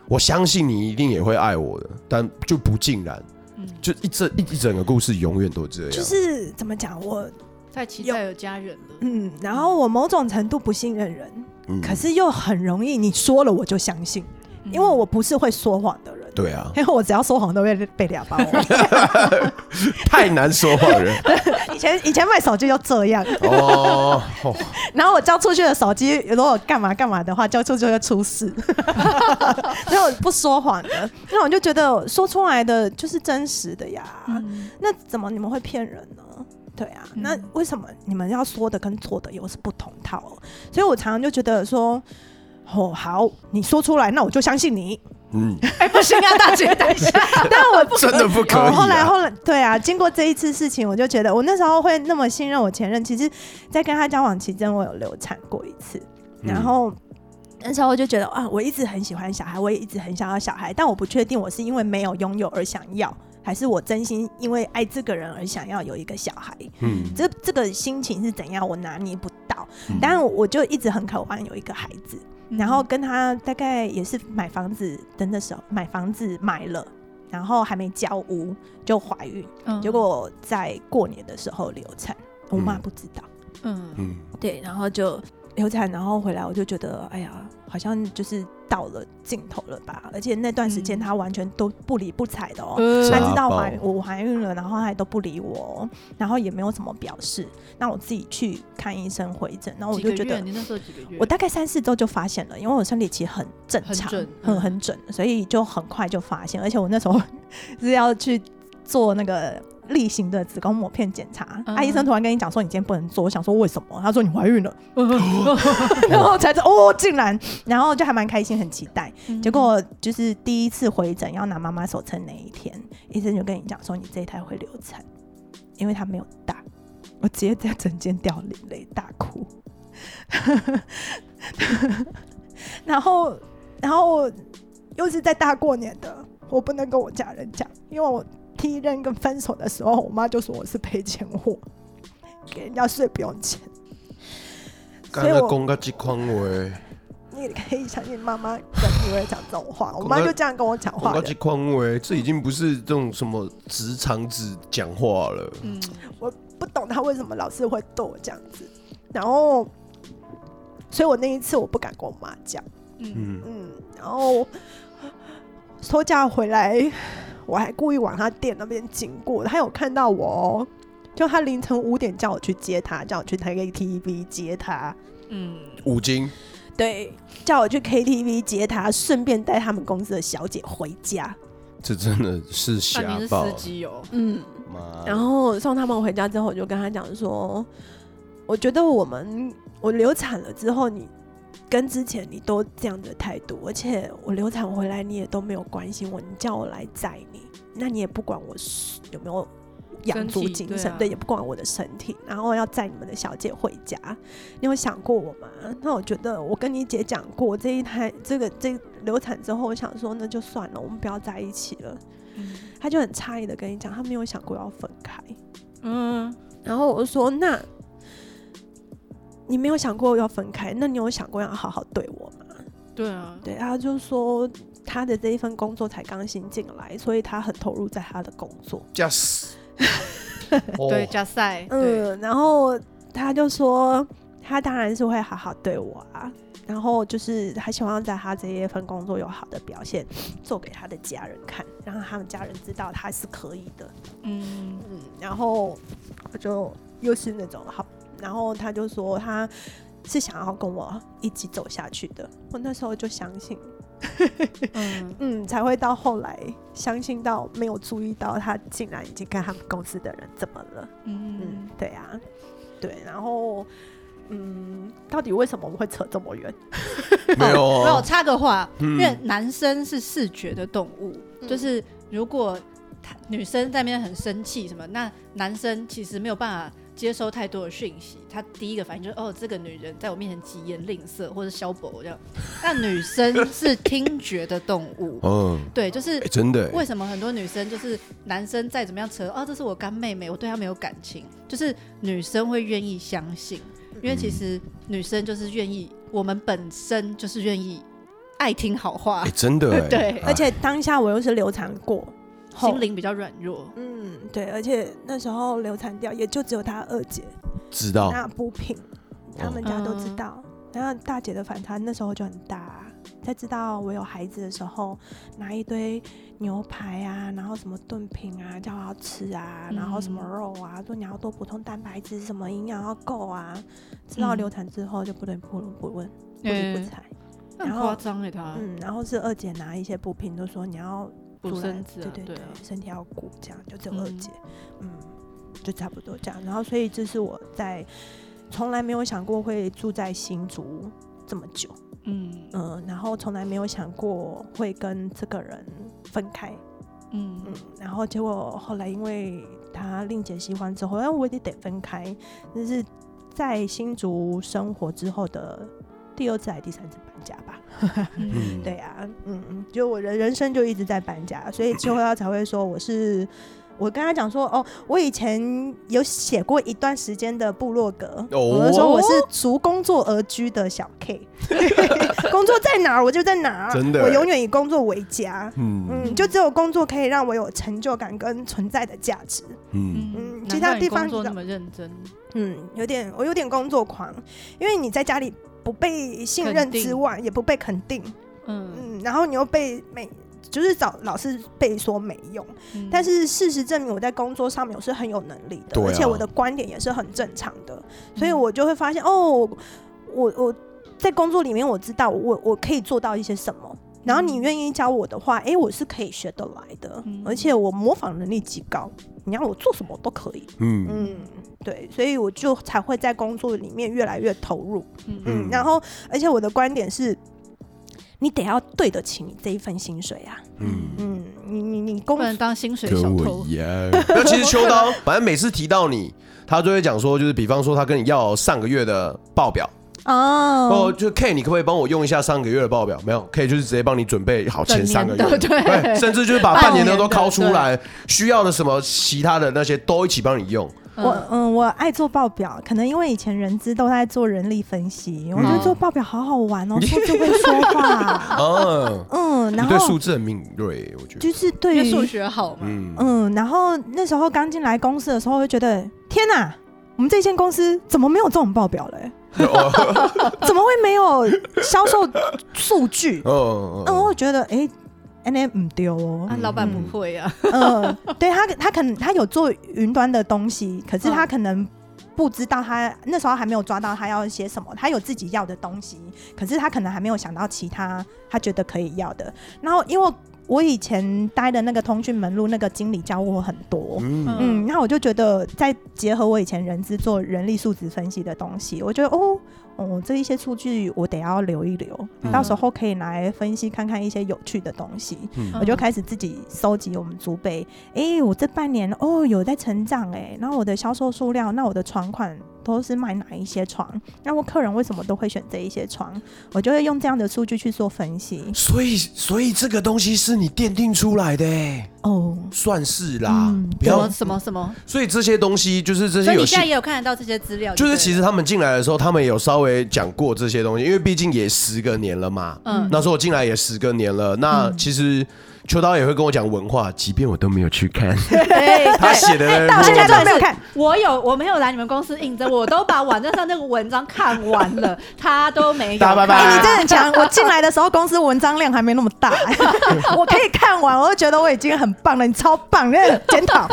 [SPEAKER 1] 我相信你一定也会爱我的，但就不尽然，
[SPEAKER 2] 嗯，
[SPEAKER 1] 就一整一一整个故事永远都这样。
[SPEAKER 3] 就是怎么讲我
[SPEAKER 2] 太期待有家人了。
[SPEAKER 3] 嗯，然后我某种程度不信任人，
[SPEAKER 1] 嗯
[SPEAKER 3] 可是又很容易你说了我就相信，
[SPEAKER 2] 嗯
[SPEAKER 3] 因为我不是会说谎的人。
[SPEAKER 1] 对啊，
[SPEAKER 3] 因为我只要说谎都会被被俩包。
[SPEAKER 1] 太难说谎了
[SPEAKER 3] 以前以前卖手机就这样，
[SPEAKER 1] [LAUGHS] 哦。哦
[SPEAKER 3] 然后我交出去的手机，如果干嘛干嘛的话，交出去就会
[SPEAKER 2] [LAUGHS]
[SPEAKER 3] 出事。所以我不说谎的，那我就觉得说出来的就是真实的呀。
[SPEAKER 2] 嗯
[SPEAKER 3] 那怎么你们会骗人呢？对啊，
[SPEAKER 2] 嗯
[SPEAKER 3] 那为什么你们要说的跟做的又是不同套哦？所以我常常就觉得说，哦，好，你说出来，那我就相信你。
[SPEAKER 1] 嗯，
[SPEAKER 2] 哎，不行啊，大姐，等一下，
[SPEAKER 3] 但我不
[SPEAKER 1] 真的不可以啊
[SPEAKER 3] 哦后来后来，对啊，经过这一次事情，我就觉得我那时候会那么信任我前任，其实，在跟他交往期间，我有流产过一次，
[SPEAKER 1] 嗯
[SPEAKER 3] 然后。那时候我就觉得啊，我一直很喜欢小孩，我也一直很想要小孩，但我不确定我是因为没有拥有而想要，还是我真心因为爱这个人而想要有一个小孩。
[SPEAKER 1] 嗯
[SPEAKER 3] 这这个心情是怎样，我拿捏不到
[SPEAKER 1] 嗯。
[SPEAKER 3] 但我就一直很渴望有一个孩子， [LAUGHS]
[SPEAKER 2] 嗯
[SPEAKER 3] 然后跟他大概也是买房子的那时候，买房子买了，然后还没交屋就怀孕，
[SPEAKER 2] 嗯
[SPEAKER 3] 结，果在过年的时候流产，我妈
[SPEAKER 1] 嗯
[SPEAKER 3] 不知道，
[SPEAKER 2] 嗯
[SPEAKER 1] 嗯
[SPEAKER 3] 对，然后就流产，然后回来我就觉得，哎呀，好像就是到了尽头了吧，而且那段时间
[SPEAKER 2] 嗯
[SPEAKER 3] 她完全都不理不睬的哦，
[SPEAKER 2] 嗯
[SPEAKER 3] 他知道
[SPEAKER 1] 家暴
[SPEAKER 3] 怀我怀孕了，然后他也都不理我，哦然后也没有什么表示。那我自己去看医生回诊，然后我
[SPEAKER 2] 几
[SPEAKER 3] 就
[SPEAKER 2] 个
[SPEAKER 3] 觉
[SPEAKER 2] 月？
[SPEAKER 3] 得，
[SPEAKER 2] 你那时候几个月？
[SPEAKER 3] 我大概三四周就发现了，因为我生理期很正
[SPEAKER 2] 很
[SPEAKER 3] 常，
[SPEAKER 2] 准
[SPEAKER 3] 很
[SPEAKER 2] 嗯
[SPEAKER 3] 很准，所以就很快就发现。而且我那时候是要去做那个例行的子宫膜片检查，
[SPEAKER 2] 嗯
[SPEAKER 3] 啊，医生突然跟你讲说你今天不能做，我想说为什么？他说你怀孕
[SPEAKER 2] [LAUGHS]
[SPEAKER 3] 了，
[SPEAKER 2] 嗯
[SPEAKER 3] 然后才知道哦，竟然，然后就还蛮开心，很期待。 [LAUGHS] 结果就是第一次回诊要拿妈妈手册那一天，医生就跟你讲说你这一胎会流产，因为她没有大，我直接在诊间掉眼泪大哭。 [LAUGHS] 然后，然后又是在大过年的，我不能跟我家人讲，因为我第一任跟分手的时候，我妈就说我是赔钱货，给人家睡不用钱。
[SPEAKER 1] 刚
[SPEAKER 3] 所以
[SPEAKER 1] 才
[SPEAKER 3] 我
[SPEAKER 1] 讲到这款话，
[SPEAKER 3] 你也可以相信妈妈跟你会讲这种话，我妈就这样跟我讲
[SPEAKER 1] 讲
[SPEAKER 3] 话
[SPEAKER 1] 到
[SPEAKER 3] 的。
[SPEAKER 1] 这款话，这已经不是这种什么直肠子讲话了。
[SPEAKER 2] 嗯
[SPEAKER 3] 不懂他为什么老是会对我这样子，然后，所以我那一次我不敢跟我妈讲，
[SPEAKER 2] 嗯
[SPEAKER 1] 嗯
[SPEAKER 3] 嗯，然后休假回来，我还故意往他店那边经过，他有看到我哦，就他凌晨五点叫我去接他，叫我去台 KTV 接他，
[SPEAKER 2] 嗯，
[SPEAKER 1] 五金，
[SPEAKER 3] 对，叫我去 KTV 接他，顺便带他们公司的小姐回家，
[SPEAKER 1] 这真的是
[SPEAKER 2] 那
[SPEAKER 1] 瞎
[SPEAKER 2] 你是
[SPEAKER 1] 报
[SPEAKER 2] 司机哦，
[SPEAKER 3] 嗯，
[SPEAKER 1] 妈
[SPEAKER 3] 然后送他们回家之后，我就跟他讲说，我觉得我们我流产了之后，你跟之前你都这样的态度，而且我流产回来你也都没有关心我，你叫我来载你，那你也不管我是有没有养足
[SPEAKER 2] 身体
[SPEAKER 3] 精
[SPEAKER 2] 对
[SPEAKER 3] 神，
[SPEAKER 2] 啊
[SPEAKER 3] 对，也不管我的身体，然后要载你们的小姐回家，你有想过我吗？那我觉得我跟你姐讲过，这一胎这个这流产之后，我想说那就算了，我们不要在一起了。
[SPEAKER 2] 嗯
[SPEAKER 3] 他就很诧异的跟你讲，他没有想过要分开。
[SPEAKER 2] 嗯，
[SPEAKER 3] 然后我说：“那你没有想过要分开？那你有想过要好好对我吗
[SPEAKER 2] 对啊？”，
[SPEAKER 3] 对，他就说他的这一份工作才刚新进来，所以他很投入在他的工作。
[SPEAKER 1] 嗯
[SPEAKER 3] [LAUGHS]
[SPEAKER 1] ，just，哦
[SPEAKER 2] 对，加塞，对，
[SPEAKER 3] 嗯，然后他就说他当然是会好好对我啊，然后就是他希望在他这一份工作有好的表现，做给他的家人看，让他们家人知道他是可以的。
[SPEAKER 2] 嗯
[SPEAKER 3] 嗯，然后我就又是那种好，然后他就说他是想要跟我一起走下去的，我那时候就相信，
[SPEAKER 2] 嗯
[SPEAKER 3] 嗯，才会到后来相信到没有注意到他竟然已经跟他们公司的人怎么了，嗯
[SPEAKER 2] 嗯，，
[SPEAKER 3] 对啊，对，然后嗯，到底为什么我们会扯这么远？
[SPEAKER 1] 没有
[SPEAKER 2] 我有
[SPEAKER 1] 哦，
[SPEAKER 2] 插个话，因为
[SPEAKER 1] 嗯，
[SPEAKER 2] 男生是视觉的动物，
[SPEAKER 3] 嗯
[SPEAKER 2] 就是如果他女生在那边很生气什么，那男生其实没有办法接收太多的讯息，他第一个反应就是哦，这个女人在我面前疾言吝啬或者消薄这样。但女生是听觉的动物
[SPEAKER 1] 嗯，
[SPEAKER 2] 对，就是
[SPEAKER 1] 哎、真的、
[SPEAKER 2] 为什么很多女生就是男生再怎么样扯哦，这是我干妹妹，我对她没有感情，就是女生会愿意相信，因为其实女生就是愿意，我们本身就是愿意爱听好话
[SPEAKER 1] 哎、，真的、哎
[SPEAKER 2] 对
[SPEAKER 3] 而且当下我又是流产过，后
[SPEAKER 2] 心灵比较软弱。
[SPEAKER 3] 嗯，对，而且那时候流产掉也就只有她二姐，
[SPEAKER 1] 知道
[SPEAKER 3] 那不平，他们家都知
[SPEAKER 2] 哦
[SPEAKER 3] 道。然后大姐的反差那时候就很大、啊在知道我有孩子的时候，拿一堆牛排啊，然后什么炖品啊，叫她吃
[SPEAKER 2] 嗯
[SPEAKER 3] 啊，然后什么肉啊，说你要多补充蛋白质，什么营养要够啊。知道
[SPEAKER 2] 嗯
[SPEAKER 3] 流产之后就不对不不问，不理不
[SPEAKER 2] 嗯
[SPEAKER 3] 睬。
[SPEAKER 2] 很夸张哎，他
[SPEAKER 3] 嗯，然后是二姐拿一些补品，就说你要
[SPEAKER 2] 补
[SPEAKER 3] 出来
[SPEAKER 2] 身子啊
[SPEAKER 3] 对，
[SPEAKER 2] 对
[SPEAKER 3] 对
[SPEAKER 2] 啊，
[SPEAKER 3] 身体要顾，这样就只有二
[SPEAKER 2] 嗯
[SPEAKER 3] 姐，嗯就差不多这样。然后，所以这是我在从来没有想过会住在新竹这么久，
[SPEAKER 2] 嗯
[SPEAKER 3] 嗯，然后从来没有想过会跟这个人分开，
[SPEAKER 2] 嗯
[SPEAKER 3] 嗯，然后结果后来因为他另结新欢之后，哎那我也得分开，这是在新竹生活之后的第二次还是第三次搬家吧。
[SPEAKER 2] 嗯，
[SPEAKER 3] 对啊，嗯嗯，就我人人生就一直在搬家，所以最后他才会说我是。我跟他讲说，哦，我以前有写过一段时间的部落格，
[SPEAKER 1] 哦
[SPEAKER 3] 我就说我是逐工作而居的小 K，工作在哪儿我就在哪儿，
[SPEAKER 1] 真的
[SPEAKER 3] 我永远以工作为家，
[SPEAKER 1] 嗯
[SPEAKER 3] 嗯，就只有工作可以让我有成就感跟存在的价值，
[SPEAKER 1] 嗯
[SPEAKER 3] 嗯
[SPEAKER 2] 嗯，
[SPEAKER 3] 其他地方
[SPEAKER 2] 难怪你工作
[SPEAKER 3] 你知道
[SPEAKER 2] 那么认真，
[SPEAKER 3] 嗯，有点我有点工作狂，因为你在家里不被信任
[SPEAKER 2] 肯定
[SPEAKER 3] 之外，也不被肯定，
[SPEAKER 2] 嗯，
[SPEAKER 3] 嗯，然后你又被没，就是找老是被说没用，
[SPEAKER 2] 嗯
[SPEAKER 3] 但是事实证明我在工作上面我是很有能力的，
[SPEAKER 1] 对啊
[SPEAKER 3] 而且我的观点也是很正常的，
[SPEAKER 2] 嗯
[SPEAKER 3] 所以我就会发现哦，我我在工作里面我知道我我可以做到一些什么。然后你愿意教我的话，诶，我是可以学得来的，
[SPEAKER 2] 嗯
[SPEAKER 3] 而且我模仿能力极高，你让我做什么我都可以。
[SPEAKER 1] 嗯
[SPEAKER 3] 嗯，对，所以我就才会在工作里面越来越投入。
[SPEAKER 2] 嗯嗯
[SPEAKER 3] 嗯
[SPEAKER 1] 嗯，
[SPEAKER 3] 然后而且我的观点是，你得要对得起你这一份薪水啊。
[SPEAKER 1] 嗯，
[SPEAKER 3] 嗯，你你你
[SPEAKER 2] 不
[SPEAKER 3] 工
[SPEAKER 2] 能当薪水小
[SPEAKER 1] 跟我
[SPEAKER 2] 偷，
[SPEAKER 1] 一样。 [LAUGHS] 那其实秋刀，反正每次提到你，他就会讲说，就是比方说他跟你要上个月的报表，哦，
[SPEAKER 2] 嗯
[SPEAKER 3] 哦，
[SPEAKER 1] 就 K，你可不可以帮我用一下上个月的报表？没有，K 就是直接帮你准备好前
[SPEAKER 2] 整
[SPEAKER 1] 三
[SPEAKER 2] 年
[SPEAKER 1] 个
[SPEAKER 2] 的
[SPEAKER 1] 月，
[SPEAKER 2] 对
[SPEAKER 1] 甚至就是把半年的都掏出
[SPEAKER 2] 半年
[SPEAKER 1] 来，需要的什么其他的那些都一起帮你用。
[SPEAKER 3] 我嗯，我爱做报表，可能因为以前人资都在做人力分析，我觉得做报表好好玩哦，数字会说
[SPEAKER 1] [LAUGHS]
[SPEAKER 3] 话，
[SPEAKER 1] 嗯，
[SPEAKER 2] 哦
[SPEAKER 3] 嗯，
[SPEAKER 1] 你
[SPEAKER 3] 然
[SPEAKER 1] 对数
[SPEAKER 3] 后
[SPEAKER 1] 字很敏锐，我觉得。
[SPEAKER 3] 就是对
[SPEAKER 2] 因为数
[SPEAKER 3] 于
[SPEAKER 2] 学好嘛，
[SPEAKER 1] 嗯
[SPEAKER 3] 嗯，然后那时候刚进来公司的时候，会觉得天哪，我们这间公司怎么没有这种报表嘞？
[SPEAKER 1] 哦
[SPEAKER 3] [LAUGHS] 怎么会没有销售数据？
[SPEAKER 1] 哦
[SPEAKER 3] 嗯，我会觉得诶，n M 唔丢哦，
[SPEAKER 2] 啊，老板不会啊，
[SPEAKER 3] 嗯， [LAUGHS] 对他，他可能他有做云端的东西，可是他可能不知道他那时候还没有抓到他要些什么，他有自己要的东西，可是他可能还没有想到其他他觉得可以要的。然后因为我以前待的那个通讯门路那个经理教我很多。
[SPEAKER 1] 嗯
[SPEAKER 3] 嗯，那我就觉得，再结合我以前人资做人力数值分析的东西，我觉得哦，哦，这一些数据我得要留一留，
[SPEAKER 1] 嗯
[SPEAKER 3] 到时候可以拿来分析看看一些有趣的东西。
[SPEAKER 1] 嗯
[SPEAKER 3] 我就开始自己收集我们祖辈，诶，我这半年哦有在成长诶，然后我的销售数量，那我的床款都是卖哪一些床，那我客人为什么都会选这一些床，我就会用这样的数据去做分析
[SPEAKER 1] 所以，所以这个东西是你奠定出来的欸，
[SPEAKER 3] 哦。
[SPEAKER 1] 算是啦
[SPEAKER 3] 嗯。
[SPEAKER 1] 不
[SPEAKER 2] 什
[SPEAKER 1] 要
[SPEAKER 2] 么，什么什么，
[SPEAKER 1] 所以这些东西就是这
[SPEAKER 2] 所
[SPEAKER 1] 些
[SPEAKER 2] 以
[SPEAKER 1] 有
[SPEAKER 2] 你现在
[SPEAKER 1] 些，
[SPEAKER 2] 也有看得到这些资料，
[SPEAKER 1] 就是
[SPEAKER 2] 对
[SPEAKER 1] 其实他们进来的时候，他们有稍微讲过这些东西，因为毕竟也十个年了嘛。
[SPEAKER 2] 嗯
[SPEAKER 1] 那时候我进来也十个年了，那其实秋刀也会跟我讲文化，即便我都没有去看
[SPEAKER 3] [LAUGHS]
[SPEAKER 2] 对，
[SPEAKER 1] 他写的那
[SPEAKER 3] 到
[SPEAKER 1] 个
[SPEAKER 3] 现在都没有看，
[SPEAKER 2] 我有我没有来你们公司应征，我都把网站上那个文章看完了，他都没有
[SPEAKER 1] 大
[SPEAKER 2] 看。
[SPEAKER 1] 拜啊拜
[SPEAKER 3] 哎、你真
[SPEAKER 2] 啊
[SPEAKER 3] 的很强！我进来的时候，公司文章量还没那么大、 [LAUGHS] 我可以看完，我就觉得我已经很棒了，你超棒，那个检讨。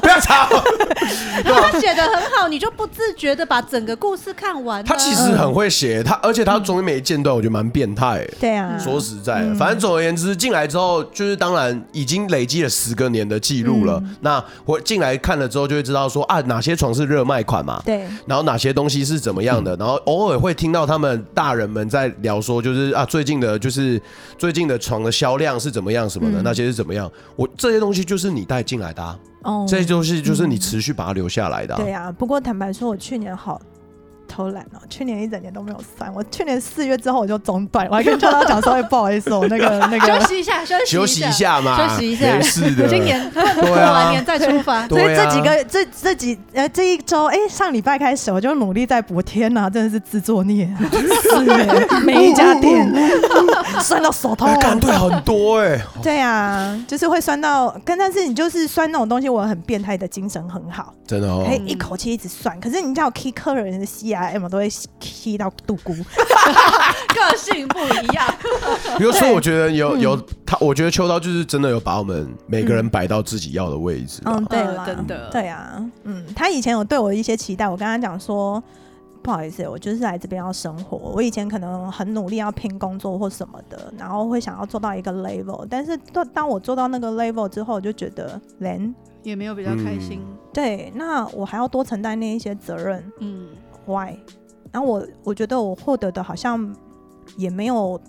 [SPEAKER 1] 不要吵。 [LAUGHS]
[SPEAKER 2] 他写的很好，你就不自觉的把整个故事看完了。
[SPEAKER 1] 他其实很会写，他而且他中间每一间段我觉得蛮变态的。
[SPEAKER 3] 对啊，
[SPEAKER 1] 说实在的，反正总而言之，进来之后就是就是当然已经累积了十个年的记录了。那我进来看了之后，就会知道说啊，哪些床是热卖款嘛，
[SPEAKER 3] 对，
[SPEAKER 1] 然后哪些东西是怎么样
[SPEAKER 3] 嗯
[SPEAKER 1] 的，然后偶尔会听到他们大人们在聊说，就是啊，最近的就是最近的床的销量是怎么样什么的，
[SPEAKER 3] 嗯
[SPEAKER 1] 那些是怎么样，我这些东西就是你带进来的、啊，
[SPEAKER 3] 哦，
[SPEAKER 1] 这些东西就是你持续把它留下来的、啊。
[SPEAKER 3] 对啊，不过坦白说，我去年好偷懒哦，去年一整年都没有算。我去年四月之后我就中断，我还跟教导讲说，哎，不好意思，我那个那
[SPEAKER 2] 休
[SPEAKER 3] 个。
[SPEAKER 2] 息一下，休息
[SPEAKER 1] 休息一，下嘛，
[SPEAKER 2] 休息一下
[SPEAKER 1] 没事
[SPEAKER 3] [LAUGHS]
[SPEAKER 1] 的。
[SPEAKER 2] 今年
[SPEAKER 1] [LAUGHS] 对
[SPEAKER 2] 过完
[SPEAKER 1] 啊
[SPEAKER 2] 年，再出发。
[SPEAKER 3] 所以
[SPEAKER 1] 对啊
[SPEAKER 3] 这几个这这几呃这一周，哎，上礼拜开始我就努力在补天呐、真的是自作孽，是哎每一家 [LAUGHS] 店酸到手痛
[SPEAKER 1] 哎。干对很多哎、
[SPEAKER 3] 对啊，就是会酸到，跟但是你就是酸那种东西，我很变态的精神很好，
[SPEAKER 1] 真的哦
[SPEAKER 3] 可。以一口气一直算。可是你知道 key 客人的 CRM 都会 key 到度孤，
[SPEAKER 2] [LAUGHS] 个性不一
[SPEAKER 3] [LAUGHS]
[SPEAKER 2] 样，嗯
[SPEAKER 1] 比如说，我觉得
[SPEAKER 3] 嗯
[SPEAKER 1] 有有他，我觉得秋刀就是真的有把我们每个人摆到自己要的位置啊。
[SPEAKER 3] 嗯，对
[SPEAKER 2] 嗯
[SPEAKER 3] 啦，
[SPEAKER 2] 真的
[SPEAKER 3] 对啊，嗯，他以前有对我一些期待，我跟他讲说，不好意思，我就是来这边要生活，我以前可能很努力要拼工作或什么的，然后会想要做到一个 level，但是当当我做到那个 level 之后，我就觉得人
[SPEAKER 2] 也没有比较开心。
[SPEAKER 3] 对，那我还要多承担那一些责任
[SPEAKER 2] 嗯，
[SPEAKER 3] ，why？然后我我觉得我获得的好像也没有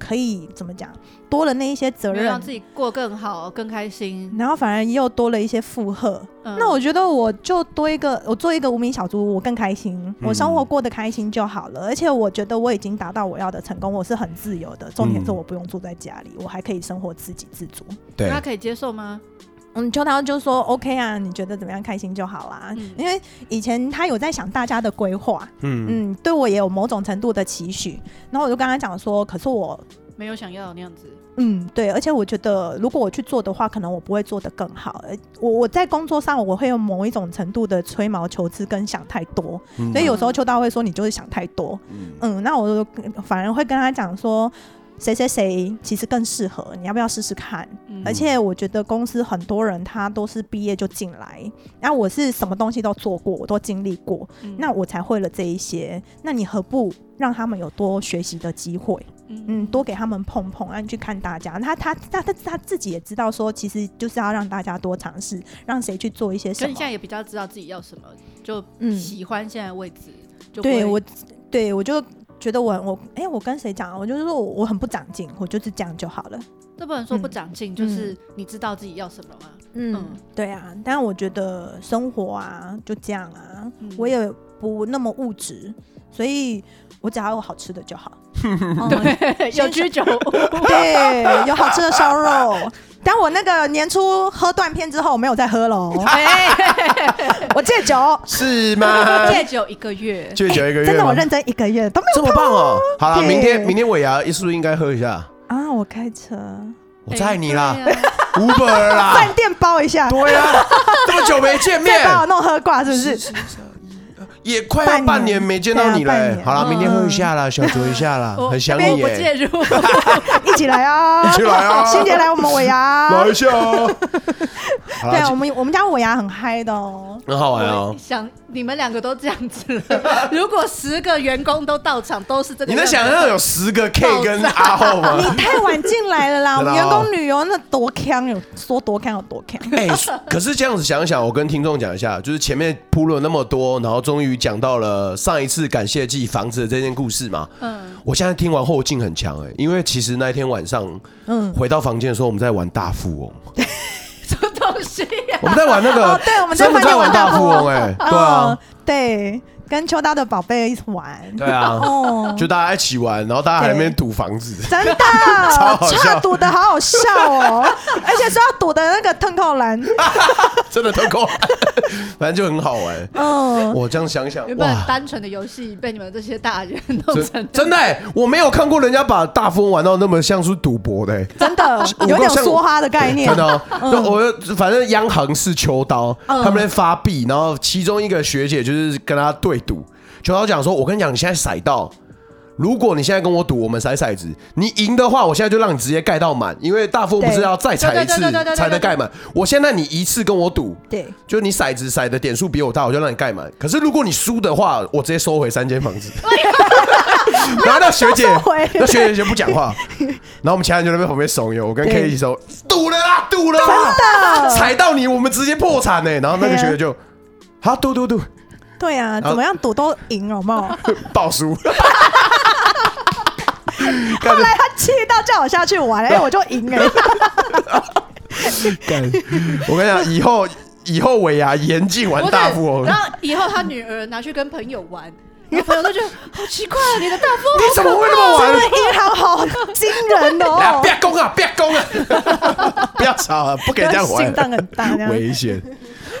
[SPEAKER 3] 可以怎么讲，多了那一些责
[SPEAKER 2] 没有
[SPEAKER 3] 任
[SPEAKER 2] 让，自己过更好、更开心。
[SPEAKER 3] 然后反而又多了一些负荷，
[SPEAKER 2] 嗯
[SPEAKER 3] 那我觉得我就多一个，我做一个无名小卒，我更开心，我生活过得开心就好了。而且我觉得我已经达到我要的成功，我是很自由的。重点是
[SPEAKER 1] 嗯
[SPEAKER 3] 我不用住在家里，我还可以生活自给自足。
[SPEAKER 1] 对，
[SPEAKER 2] 他可以接受吗？
[SPEAKER 3] 嗯，邱涛就说 OK 啊，你觉得怎么样开心就好啦。
[SPEAKER 2] 嗯
[SPEAKER 3] 因为以前他有在想大家的规划，
[SPEAKER 1] 嗯，
[SPEAKER 3] 嗯，对我也有某种程度的期许。然后我就跟他讲说，可是我。
[SPEAKER 2] 没有想要的那样子。
[SPEAKER 3] 嗯，对，而且我觉得，如果我去做的话，可能我不会做得更好。呃我我在工作上，我会有某一种程度的吹毛求疵跟想太多，
[SPEAKER 1] 嗯
[SPEAKER 3] 所以有时候邱大会说你就是想太多。
[SPEAKER 1] 嗯
[SPEAKER 3] 嗯，那我就反而会跟他讲说，谁谁谁其实更适合，你要不要试试看？
[SPEAKER 2] 嗯
[SPEAKER 3] 而且我觉得公司很多人他都是毕业就进来，然后我是什么东西都做过，我都经历过，
[SPEAKER 2] 嗯
[SPEAKER 3] 那我才会了这一些。那你何不让他们有多学习的机会？嗯，多给他们碰碰，啊让你去看大家。他他他他他自己也知道说，其实就是要让大家多尝试，让谁去做一些
[SPEAKER 2] 可
[SPEAKER 3] 什
[SPEAKER 2] 你
[SPEAKER 3] 么
[SPEAKER 2] 现。在也比较知道自己要什么，就
[SPEAKER 3] 嗯，
[SPEAKER 2] 喜欢现在的位置，就不会
[SPEAKER 3] 对我，对我就觉得我很我哎、我跟谁讲啊？我就是说我我很不长进，我就是这样就好了。
[SPEAKER 2] 这不能说不
[SPEAKER 3] 嗯
[SPEAKER 2] 长进，就是你知道自己要什么吗？
[SPEAKER 3] 嗯，
[SPEAKER 2] 嗯
[SPEAKER 3] 对啊。但我觉得生活啊就这样啊，
[SPEAKER 2] 嗯
[SPEAKER 3] 我也不那么物质，所以我只要有好吃的就好。
[SPEAKER 2] [LAUGHS]
[SPEAKER 3] 嗯
[SPEAKER 2] 对，有居酒 [LAUGHS] 屋，
[SPEAKER 3] 对，有好吃的烧肉。但我那个年初喝断片之后，我没有再喝了哦， [LAUGHS] 我戒酒。
[SPEAKER 1] 是
[SPEAKER 3] [LAUGHS]
[SPEAKER 1] 吗？
[SPEAKER 2] 戒酒一个月，
[SPEAKER 1] 戒酒一个月吗，
[SPEAKER 3] 真的，我认真一个月都没
[SPEAKER 1] 这么棒哦！好了，
[SPEAKER 3] 对
[SPEAKER 1] 明天明天尾牙是不是应该喝一下？
[SPEAKER 3] 有啊！我开车，
[SPEAKER 1] 我载你啦
[SPEAKER 2] 哎对啊
[SPEAKER 1] ，Uber
[SPEAKER 3] 饭
[SPEAKER 2] [LAUGHS]
[SPEAKER 1] 啦，
[SPEAKER 3] 店包一下，
[SPEAKER 1] 对啊，这么久没见面
[SPEAKER 3] 再，把我啊弄喝挂是不是？
[SPEAKER 1] 也快要半年没见到你
[SPEAKER 3] 半年
[SPEAKER 1] 嘞。
[SPEAKER 3] 对啊
[SPEAKER 1] 好了，
[SPEAKER 2] 半
[SPEAKER 1] 明
[SPEAKER 2] 年
[SPEAKER 1] 天喝一下啦，小酌一下啦，
[SPEAKER 2] 我
[SPEAKER 1] 很想
[SPEAKER 2] 我
[SPEAKER 1] 你哎
[SPEAKER 2] 不
[SPEAKER 1] 耶，
[SPEAKER 2] 介入，
[SPEAKER 3] [LAUGHS] 一起来啊！
[SPEAKER 1] 一起来啊
[SPEAKER 3] [LAUGHS] 新杰来我们尾牙。
[SPEAKER 1] 来一
[SPEAKER 2] [LAUGHS]
[SPEAKER 1] 下哦。好
[SPEAKER 3] 对啊，我
[SPEAKER 1] 了，
[SPEAKER 3] 们我们家尾牙很嗨的哦。
[SPEAKER 1] 很 [LAUGHS] 好玩哦
[SPEAKER 2] 我。想你们两个都这样子了，如果十个员工都到场，都是这个
[SPEAKER 1] 你
[SPEAKER 2] 样子，
[SPEAKER 1] 能想象有十个 K 跟阿浩吗
[SPEAKER 3] 你？太晚进来
[SPEAKER 1] [LAUGHS]
[SPEAKER 3] 了啦！我
[SPEAKER 1] 真的
[SPEAKER 3] 们
[SPEAKER 1] 哦
[SPEAKER 3] 员工旅游那多坑，有说多坑有多坑。
[SPEAKER 1] 哎、可是这样子想一想，我跟听众讲一下，就是前面铺了那么多，然后终于讲到了上一次感谢祭房子的这件故事嘛。
[SPEAKER 2] 嗯，
[SPEAKER 1] 我现在听完后劲很强哎、因为其实那一天晚上
[SPEAKER 3] 嗯，
[SPEAKER 1] 回到房间的时候，我们在玩大富翁，
[SPEAKER 2] 什么东西啊呀？
[SPEAKER 1] 我们在玩那个，
[SPEAKER 3] [LAUGHS] 哦对我们在
[SPEAKER 1] 真的在玩
[SPEAKER 3] 玩大
[SPEAKER 1] 大
[SPEAKER 3] 富
[SPEAKER 1] 富
[SPEAKER 3] 翁
[SPEAKER 1] 翁哎、对啊
[SPEAKER 3] 哦，，对，跟秋刀的宝贝一起
[SPEAKER 1] [LAUGHS]
[SPEAKER 3] 玩。
[SPEAKER 1] 对啊，
[SPEAKER 3] [LAUGHS] 哦，
[SPEAKER 1] 就大家一起玩，然后大家还在那边赌房子，
[SPEAKER 3] 真的，
[SPEAKER 1] 好笑
[SPEAKER 3] 差赌的好好笑哦，而且是要赌的那个腾扣篮。
[SPEAKER 1] [LAUGHS] 真的都够 [LAUGHS] 玩，反正就很好玩。
[SPEAKER 3] 嗯，
[SPEAKER 1] 我这样想想，
[SPEAKER 2] 原本
[SPEAKER 1] 哇，
[SPEAKER 2] 单纯的游戏被你们这些大人弄成
[SPEAKER 1] 真真的、欸，我没有看过人家把大富翁玩到那么像是赌博的、欸。
[SPEAKER 3] 真的
[SPEAKER 1] [LAUGHS] 我
[SPEAKER 3] 有点
[SPEAKER 1] 够像
[SPEAKER 3] 梭哈的概念，
[SPEAKER 1] 真的、哦，
[SPEAKER 2] 嗯
[SPEAKER 1] 那我就反正央行是秋刀，
[SPEAKER 3] 嗯
[SPEAKER 1] 他们在发币，然后其中一个学姐就是跟他对赌，秋刀讲说：“我跟你讲，你现在骰到，如果你现在跟我赌，我们骰骰子，你赢的话，我现在就让你直接盖到满，因为大富翁不是
[SPEAKER 3] 对
[SPEAKER 1] 要再踩一次
[SPEAKER 2] 对对对对对对
[SPEAKER 1] 才能盖满。我现在你一次跟我赌，
[SPEAKER 3] 对，
[SPEAKER 1] 就你骰子骰的点数比我大，我就让你盖满。可是如果你输的话，我直接收回三间房子。 [LAUGHS] 然后那学姐，
[SPEAKER 3] 回
[SPEAKER 1] 那学姐就不讲话，然后我们其他人就在那边旁边怂恿，我跟 K
[SPEAKER 3] 对
[SPEAKER 1] 一起说赌了啦，赌了啦，踩到你我们直接破产呢、然后那个学姐就。好赌赌 [LAUGHS] 赌，
[SPEAKER 3] 对啊，怎么样赌都赢，好不好？
[SPEAKER 1] [LAUGHS]
[SPEAKER 3] 后
[SPEAKER 1] 爆输。干
[SPEAKER 3] 来他气到叫我下去玩，哎，我就赢了。
[SPEAKER 1] 干！ [LAUGHS] 我跟你讲，以后以后尾牙严禁玩
[SPEAKER 2] 不
[SPEAKER 1] 大富
[SPEAKER 2] 是，
[SPEAKER 1] 翁
[SPEAKER 2] 然。后以后他女儿拿去跟朋友玩， [LAUGHS] 然后朋友都觉得好奇怪，你的大富
[SPEAKER 1] 你怎么会那么
[SPEAKER 3] 这
[SPEAKER 1] 玩
[SPEAKER 3] 个？银行好惊
[SPEAKER 1] [LAUGHS]
[SPEAKER 3] 人
[SPEAKER 1] 来啊
[SPEAKER 3] 哦
[SPEAKER 1] 不，要攻啊！不要攻啊！不要吵啊！不可以这样
[SPEAKER 3] 心脏
[SPEAKER 1] 玩，
[SPEAKER 3] 很大，这样
[SPEAKER 1] 危险。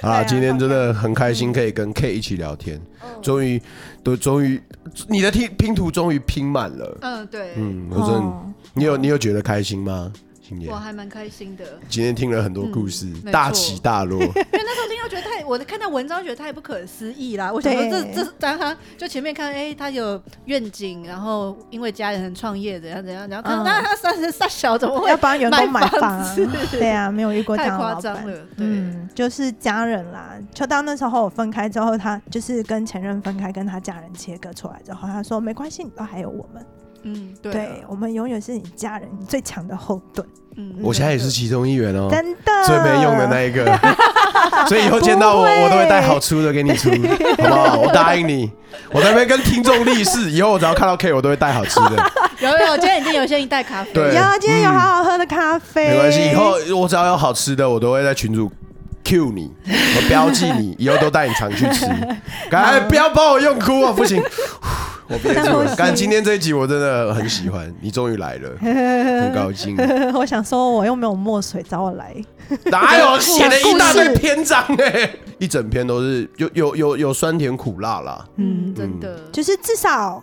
[SPEAKER 1] 啊，
[SPEAKER 3] 对啊
[SPEAKER 1] 今天真的很开心，可以跟 K 一起聊天。终于，都终于，你的拼拼图终于拼满了。
[SPEAKER 2] 嗯，对，
[SPEAKER 1] 嗯，我真的，
[SPEAKER 3] 哦，
[SPEAKER 1] 你有你有觉得开心吗？今天
[SPEAKER 2] 我还蛮开心的，
[SPEAKER 1] 今天听了很多故事
[SPEAKER 2] 嗯没，错
[SPEAKER 1] 大起大落。
[SPEAKER 2] 因为那时候听到觉得太，我看到文章觉得太不可思议啦。我想说
[SPEAKER 3] 对
[SPEAKER 2] 这这当他就前面看，哎、他有愿景，然后因为家人创业怎样怎样，然后看到
[SPEAKER 3] 嗯
[SPEAKER 2] 他他三十三小怎么会
[SPEAKER 3] 要帮员工买房
[SPEAKER 2] 房
[SPEAKER 3] 啊
[SPEAKER 2] 子，
[SPEAKER 3] 对啊，没有遇过这
[SPEAKER 2] 太
[SPEAKER 3] 样的
[SPEAKER 2] 夸
[SPEAKER 3] 老板
[SPEAKER 2] 张。了，对。
[SPEAKER 3] 嗯，就是家人啦。秋到那时候我分开之后，他就是跟前任分开，跟他家人切割出来之后，他说没关系，你都还有我们，
[SPEAKER 2] 嗯，对
[SPEAKER 1] 啊
[SPEAKER 3] 对
[SPEAKER 2] 对，
[SPEAKER 3] 我们永远是你家人你最强的后盾，
[SPEAKER 2] 嗯
[SPEAKER 1] 我现在也是
[SPEAKER 2] 真
[SPEAKER 1] 其中一员哦，
[SPEAKER 3] 真的
[SPEAKER 1] 最没用的那一个。 [LAUGHS] 所以以后见到我，
[SPEAKER 3] 不会
[SPEAKER 1] 我都会带好吃的给你
[SPEAKER 3] [LAUGHS]
[SPEAKER 1] 吃，好不好？我答应你，我在那边跟听众立誓，以后我只要看到 K，我都会带好吃的。
[SPEAKER 2] 的 [LAUGHS] 有有，今天已经有些人带咖啡，
[SPEAKER 1] 对嗯
[SPEAKER 3] 呀，今天有好好喝的咖啡，
[SPEAKER 1] 没关系，以后我只要有好吃的，我都会在群主 Q 你，我标记
[SPEAKER 3] [LAUGHS]
[SPEAKER 1] 你，以后都带你常去吃。哎，不要把我用哭啊，不
[SPEAKER 3] [LAUGHS]
[SPEAKER 1] 行，我憋住了。但今天这一集我真的很喜欢，你终于来
[SPEAKER 3] [LAUGHS]
[SPEAKER 1] 了，很高兴。
[SPEAKER 3] [LAUGHS] 我想说，我又没有墨水，找我来。
[SPEAKER 1] 哪有写了一大堆篇章
[SPEAKER 3] [LAUGHS]
[SPEAKER 1] 哎、一整篇都是有有有有酸甜苦辣啦。
[SPEAKER 2] 嗯，真的，
[SPEAKER 3] 就是至少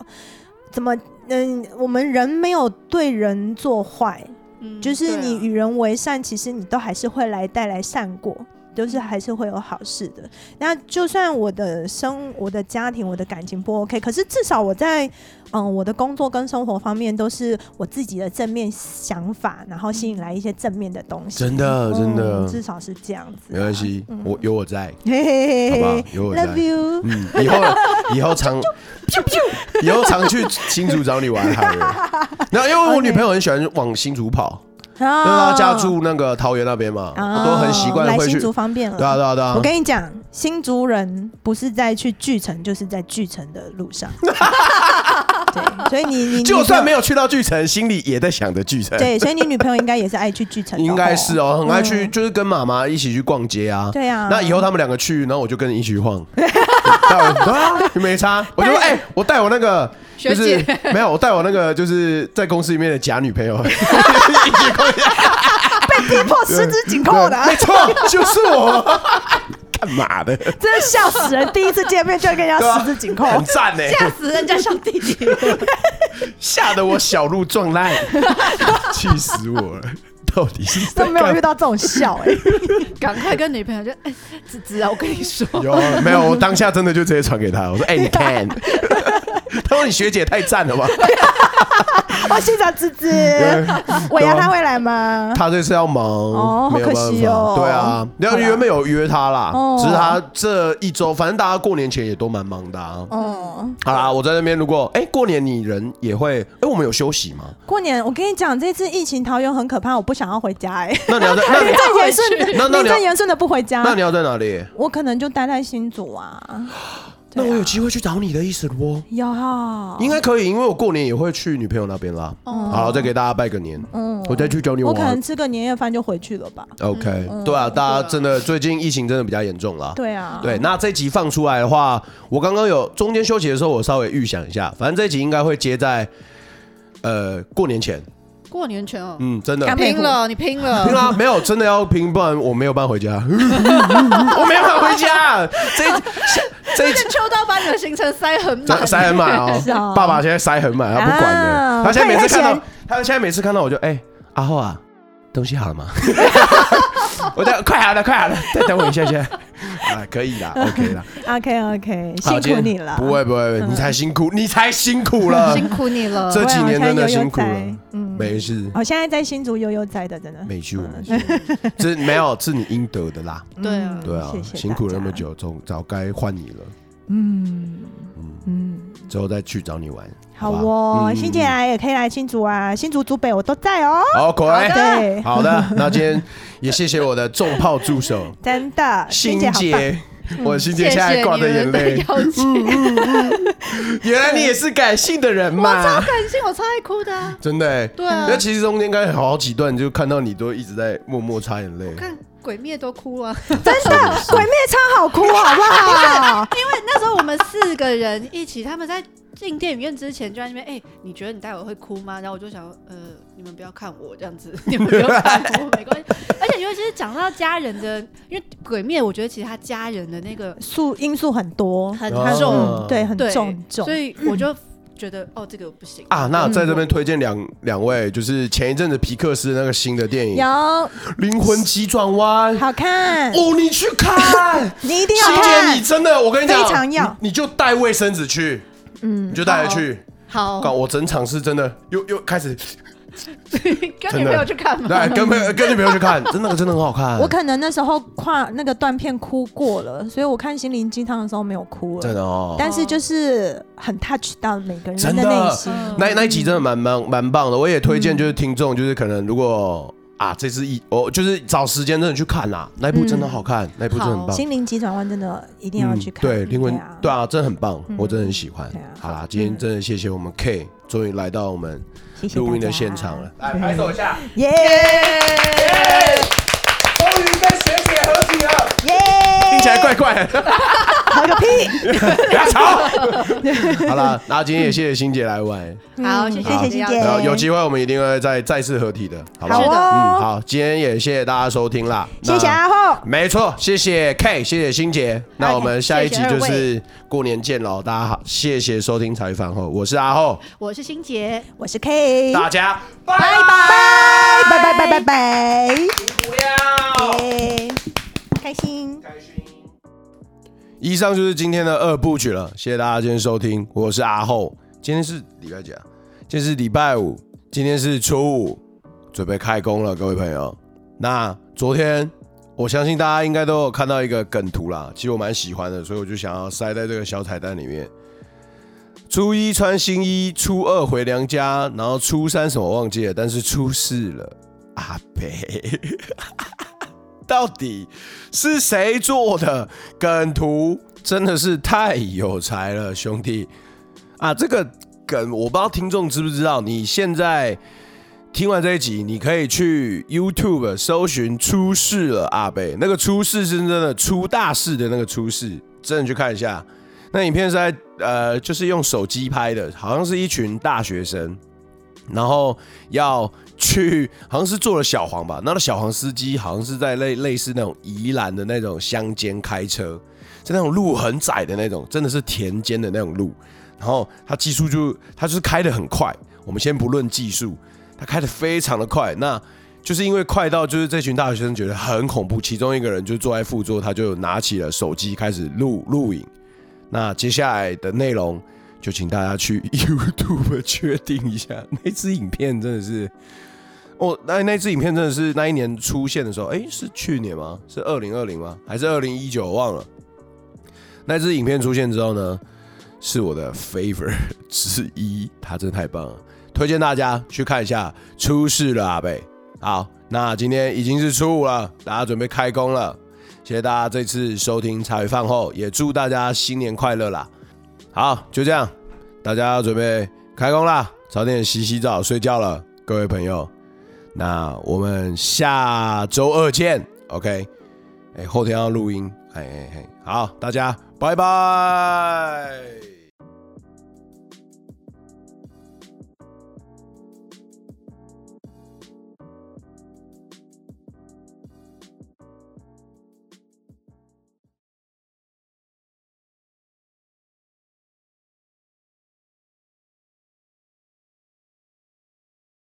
[SPEAKER 3] 怎么，嗯，我们人没有对人做坏，
[SPEAKER 2] 嗯
[SPEAKER 3] 就是你
[SPEAKER 2] 对啊
[SPEAKER 3] 与人为善，其实你都还是会来带来善果，
[SPEAKER 2] 嗯
[SPEAKER 3] 就是还是会有好事的。那就算我的生、我的家庭、我的感情不 OK，可是至少我在嗯我的工作跟生活方面都是我自己的正面想法，然后吸引来一些正面的东西。
[SPEAKER 1] 真的
[SPEAKER 3] 嗯
[SPEAKER 1] 真的
[SPEAKER 3] 至少是这样子啊、
[SPEAKER 1] 没关系，我有我在，
[SPEAKER 3] 嘿嘿
[SPEAKER 1] 好
[SPEAKER 3] 嘿
[SPEAKER 1] 吧
[SPEAKER 3] 嘿，
[SPEAKER 1] 有我在
[SPEAKER 3] 哎，Love you。
[SPEAKER 1] 嗯，以后以后常，以后常去新竹找你玩好
[SPEAKER 3] [LAUGHS]
[SPEAKER 1] 了。然后因为我女朋友很喜欢往新竹跑， [LAUGHS] 因为
[SPEAKER 3] 啊
[SPEAKER 1] 她家住那个桃园那边嘛，
[SPEAKER 3] 啊
[SPEAKER 1] 哦都很习惯
[SPEAKER 3] 来
[SPEAKER 1] 会去。
[SPEAKER 3] 新
[SPEAKER 1] 对
[SPEAKER 3] 竹
[SPEAKER 1] 啊
[SPEAKER 3] 方便了。
[SPEAKER 1] 对啊对啊
[SPEAKER 3] 我，跟你讲，新竹人不是在去巨城，就是在巨城的路
[SPEAKER 1] [LAUGHS]
[SPEAKER 3] 上。对，所以你你
[SPEAKER 1] 就算没
[SPEAKER 3] 有
[SPEAKER 1] 有去到巨城，心里也在想着巨城。
[SPEAKER 3] 对，所以你女朋友应该也是爱去巨城的哦，
[SPEAKER 1] 应该是哦，很爱去，
[SPEAKER 3] 嗯
[SPEAKER 1] 就是跟妈妈一起去逛街啊。
[SPEAKER 3] 对啊
[SPEAKER 1] 那以后他们两个去，然后我就跟你一起去晃。 [LAUGHS] 带我对啊，没差。我就说，哎，我带我那个，就
[SPEAKER 2] 学
[SPEAKER 1] 是
[SPEAKER 2] 姐
[SPEAKER 1] 没有，我带我那个就是在公司里面的假女朋
[SPEAKER 3] [LAUGHS]
[SPEAKER 1] 友啊一起逛街。
[SPEAKER 3] 被逼迫十指紧扣的啊，
[SPEAKER 1] 没错，就是我。 [LAUGHS] 干嘛的？
[SPEAKER 3] [LAUGHS] 真的笑死人！第一次见面就跟人
[SPEAKER 1] 对
[SPEAKER 3] 家
[SPEAKER 1] 啊
[SPEAKER 3] 十指紧扣，
[SPEAKER 1] 很赞呢，欸
[SPEAKER 2] 吓死人家上帝，
[SPEAKER 3] [LAUGHS]
[SPEAKER 1] 吓得我小鹿撞烂，气死我了。到底是在
[SPEAKER 3] 真没有
[SPEAKER 1] 干
[SPEAKER 3] 遇到这种笑哎。
[SPEAKER 2] 赶快跟女朋友就，哎，子子啊，我跟你说，
[SPEAKER 1] 有没有？我当下真的就直接传给他，我说：“哎、你
[SPEAKER 3] [LAUGHS]
[SPEAKER 1] 看。”他说：“你学姐太赞了吧
[SPEAKER 3] 我欣赏芝芝，
[SPEAKER 1] 啊对啊
[SPEAKER 3] 伟阳他会来吗？”？
[SPEAKER 1] 他这次要忙，
[SPEAKER 3] 嗯哦
[SPEAKER 1] 没有办
[SPEAKER 3] 好
[SPEAKER 1] 法。
[SPEAKER 3] 可惜哦
[SPEAKER 1] 对啊，然后
[SPEAKER 3] 好啦
[SPEAKER 1] 原本有约他啦，
[SPEAKER 3] 哦
[SPEAKER 1] 只是他这一周，反正大家过年前也都蛮忙的啊。
[SPEAKER 3] 哦，
[SPEAKER 1] 好啦，我在那边，如果哎、过年你人也会，哎、我们有休息吗？
[SPEAKER 3] 过年我跟你讲，这次疫情桃园很可怕，我不想要回家哎。
[SPEAKER 1] 那你要在那
[SPEAKER 3] 名
[SPEAKER 1] 你
[SPEAKER 3] 正言顺的，
[SPEAKER 1] 那那
[SPEAKER 3] 名
[SPEAKER 1] 你要
[SPEAKER 3] 正言顺的不回家，
[SPEAKER 1] 那你要在哪里？
[SPEAKER 3] 我可能就待在新竹啊。
[SPEAKER 1] 那我有机会去找你的意思不？
[SPEAKER 3] 呀，
[SPEAKER 1] 应该可以，因为我过年也会去女朋友那边啦。好，再给大家拜个年，
[SPEAKER 3] 嗯
[SPEAKER 1] 我再去找你
[SPEAKER 3] 哦我可能嗯
[SPEAKER 1] 玩。
[SPEAKER 3] 吃个年夜饭就回去了吧。
[SPEAKER 1] OK，对啊，大家真的最近疫情真的比较严重啦。
[SPEAKER 3] 对啊，
[SPEAKER 1] 对，那这集放出来的话，我刚刚有中间休息的时候，我稍微预想一下，反正这集应该会接在呃过年前。
[SPEAKER 2] 过年前哦，
[SPEAKER 1] 嗯，真的
[SPEAKER 3] 干嘛
[SPEAKER 2] 拼了，你拼
[SPEAKER 1] [LAUGHS]
[SPEAKER 2] 了，
[SPEAKER 1] 拼啦、没有真的要拼，不然我没有办法回家，我没有办法回家。这一集这一集
[SPEAKER 2] 秋刀把你的行程塞很
[SPEAKER 1] 塞
[SPEAKER 2] 满，
[SPEAKER 1] 塞很满
[SPEAKER 3] 是
[SPEAKER 1] 哦
[SPEAKER 3] 哦，
[SPEAKER 1] 爸爸现在塞很满，他不管
[SPEAKER 3] 啊
[SPEAKER 1] 的。他现在每次看
[SPEAKER 3] 他也
[SPEAKER 1] 到
[SPEAKER 3] 在，
[SPEAKER 1] 他现在每次看到我就哎，阿浩啊，东西好了吗？我等快好了，快好了，再等我一下下。啊，可以啦，OK 啦，
[SPEAKER 3] ，OK OK，
[SPEAKER 1] 好
[SPEAKER 3] 辛
[SPEAKER 1] 今
[SPEAKER 3] 苦
[SPEAKER 1] 天
[SPEAKER 3] 你了。
[SPEAKER 1] 啊
[SPEAKER 3] 嗯
[SPEAKER 1] 不会不会，你才辛苦，你才辛苦了，
[SPEAKER 2] 辛苦你了，
[SPEAKER 1] 这几年真的辛苦
[SPEAKER 3] 我也好
[SPEAKER 1] 了
[SPEAKER 3] 像啊悠悠哉，嗯
[SPEAKER 1] 没事，
[SPEAKER 3] 我现在在新竹悠悠哉的，真的。
[SPEAKER 1] 没事，没事，这没有是你应得的啦，
[SPEAKER 3] 嗯
[SPEAKER 2] 对啊
[SPEAKER 1] 对啊
[SPEAKER 3] 谢，谢
[SPEAKER 1] 辛苦了那么
[SPEAKER 3] 大家
[SPEAKER 1] 久，总早该换你了。
[SPEAKER 3] 嗯
[SPEAKER 1] 嗯，
[SPEAKER 3] 嗯，
[SPEAKER 1] 之后再去找你玩。
[SPEAKER 3] 好
[SPEAKER 1] 吧
[SPEAKER 3] 哦，
[SPEAKER 1] 嗯
[SPEAKER 3] 欣姐来也可以来新竹啊，新竹、竹北我都在哦。
[SPEAKER 1] 好，果然
[SPEAKER 3] 对，
[SPEAKER 1] 好的。那今天也谢谢我的重炮助手
[SPEAKER 3] [LAUGHS] 真的，欣
[SPEAKER 1] 欣
[SPEAKER 3] 姐好棒。嗯
[SPEAKER 1] 姐， [LAUGHS] 我欣姐
[SPEAKER 2] 谢
[SPEAKER 1] 现
[SPEAKER 2] 谢
[SPEAKER 1] 在挂
[SPEAKER 2] 你
[SPEAKER 1] 着眼
[SPEAKER 2] 们的
[SPEAKER 1] 泪。嗯
[SPEAKER 2] 邀请，
[SPEAKER 1] [LAUGHS] 原来你也是感性的人嘛，
[SPEAKER 2] 感性我超爱哭的啊，
[SPEAKER 1] 真的欸。
[SPEAKER 2] 对啊
[SPEAKER 1] 那，其实中间刚才好几段，就看到你都一直在默默擦眼泪。
[SPEAKER 2] 看鬼灭都哭了。
[SPEAKER 3] 真
[SPEAKER 1] [LAUGHS]
[SPEAKER 3] 的，鬼灭超好哭，好不好？
[SPEAKER 2] [LAUGHS]
[SPEAKER 3] [LAUGHS]
[SPEAKER 2] 那时候我们四个人一起，他们在进电影院之前就在那边，哎、你觉得你待会会哭吗？然后我就想，呃，你们不要看我这样子， [LAUGHS] 你们不要看我，
[SPEAKER 1] [LAUGHS]
[SPEAKER 2] 没关系。而且尤其是讲到家人的，因为《鬼灭》，我觉得其实他家人的那个
[SPEAKER 3] 素因素很多，
[SPEAKER 2] 很
[SPEAKER 1] 哦
[SPEAKER 2] 重，
[SPEAKER 3] 嗯对，很
[SPEAKER 2] 对，
[SPEAKER 3] 重很重
[SPEAKER 2] 所。以我就觉得，哦，这个不行
[SPEAKER 1] 啊，
[SPEAKER 3] 嗯
[SPEAKER 1] 那在这边推荐两两位，就是前一阵子皮克斯那个新的电影
[SPEAKER 3] 有
[SPEAKER 1] 《灵魂急转弯》，
[SPEAKER 3] 好看，
[SPEAKER 1] 哦，你去看，
[SPEAKER 3] 你 [LAUGHS] 一定要
[SPEAKER 1] 欣姐，
[SPEAKER 3] 看
[SPEAKER 1] 你。真的，我跟你讲，
[SPEAKER 3] 非常要
[SPEAKER 1] 你，你就带卫生纸去，
[SPEAKER 3] 嗯
[SPEAKER 1] 你，就带着去。
[SPEAKER 2] [LAUGHS] 好，
[SPEAKER 1] 搞，我整场是真的，又又开始，
[SPEAKER 2] 跟女朋友去看吗？
[SPEAKER 1] 来跟朋友跟女朋友去
[SPEAKER 3] [LAUGHS]
[SPEAKER 1] 看，真的真的很好看
[SPEAKER 3] 我，可能那时候跨那个断片哭过了，所以我看心灵鸡汤的时候没有哭
[SPEAKER 1] 真
[SPEAKER 3] 了，
[SPEAKER 1] 的哦。
[SPEAKER 3] 但是就是很 touch 到每个人
[SPEAKER 1] 真
[SPEAKER 3] 的
[SPEAKER 1] 的
[SPEAKER 3] 内心。
[SPEAKER 2] 嗯
[SPEAKER 1] 那那一集真的蛮蛮蛮棒的，我也推荐就是
[SPEAKER 3] 嗯
[SPEAKER 1] 听众，就是可能如果啊这次一哦，就是找时间真的去看啦，那一部真的好看，那一部真的很棒。
[SPEAKER 3] 嗯
[SPEAKER 1] 嗯
[SPEAKER 3] 心灵急转弯真的一定要去看，
[SPEAKER 1] 对，灵魂
[SPEAKER 3] 啊，
[SPEAKER 1] 对啊，真的很棒，
[SPEAKER 3] 嗯
[SPEAKER 1] 我真的很喜欢
[SPEAKER 3] 对啊。
[SPEAKER 1] 好啦，今天真的谢谢我们 K，终于来到我们
[SPEAKER 3] 谢谢
[SPEAKER 1] 录音的
[SPEAKER 3] 大家
[SPEAKER 1] 现场了，来
[SPEAKER 3] 对
[SPEAKER 1] 拍手一下，
[SPEAKER 3] 耶哎
[SPEAKER 1] 终于跟学姐合体了，
[SPEAKER 3] 耶，
[SPEAKER 1] 听起来怪怪的。
[SPEAKER 3] 好个屁！
[SPEAKER 1] [LAUGHS] 不要吵。好了，那今天也谢谢欣姐来玩，
[SPEAKER 2] 好，谢
[SPEAKER 3] 谢谢
[SPEAKER 2] 谢
[SPEAKER 3] 欣姐
[SPEAKER 1] 然后
[SPEAKER 3] 对
[SPEAKER 1] 有机会我们一定会再再次合体的，好不好？
[SPEAKER 3] 好哦
[SPEAKER 1] 嗯，好，今天也谢谢大家收听啦，
[SPEAKER 3] 谢啊谢阿后，
[SPEAKER 1] 那。没错，谢谢 K，谢谢欣姐。那我们下一集就是过年见喽，大家好，谢谢收听采访后，我是阿后，
[SPEAKER 2] 我是欣杰，
[SPEAKER 3] 我是 K，
[SPEAKER 1] 大家拜
[SPEAKER 3] 拜拜拜拜拜拜拜，
[SPEAKER 1] 不要
[SPEAKER 3] 耶，开心。
[SPEAKER 1] 开心。以上就是今天的二部曲了，谢谢大家今天收听，我是阿后。今天是礼拜几啊？今天是礼拜五，今天是初五，准备开工了，各位朋友。那昨天我相信大家应该都有看到一个梗图啦，其实我蛮喜欢的，所以我就想要塞在这个小彩蛋里面。初一穿新衣，初二回娘家，然后初三什么忘记了，但是初四了，啊阿北，到底是谁做的梗图？真的是太有才了，兄弟啊！这个梗我不知道听众知不知道，你现在听完这一集，你可以去 YouTube 搜寻“出事了阿贝”，那个“出事”是真的出大事的那个“出事”，真的去看一下。那影片是在呃，就是用手机拍的，好像是一群大学生，然后要去，好像是坐了小黄吧。那个小黄司机好像是在类类似那种宜兰的那种乡间开车，是那种路很窄的那种，真的是田间的那种路。然后他技术就他就是开的很快，我们先不论技术，他开的非常的快。那就是因为快到，就是这群大学生觉得很恐怖，其中一个人就坐在副座，他就拿起了手机开始录录影。那接下来的内容就请大家去 [LAUGHS] YouTube 确定一下， [LAUGHS] 那支影片真的是，哦，那那支影片真的是那一年出现的时候，哎、是去年吗？是二零二零吗？还是二零一九？忘了。那支影片出现之后呢，是我的 favorite 之一，它真的太棒了，推荐大家去看一下。出事了，阿贝。好，那今天已经是初五了，大家准备开工了。谢谢大家这次收听茶余饭后，也祝大家新年快乐啦！好，就这样，大家准备开工啦，早点洗洗澡睡觉了，各位朋友。那我们下周二见，OK？哎，后天要录音，嘿嘿嘿，好，大家拜拜。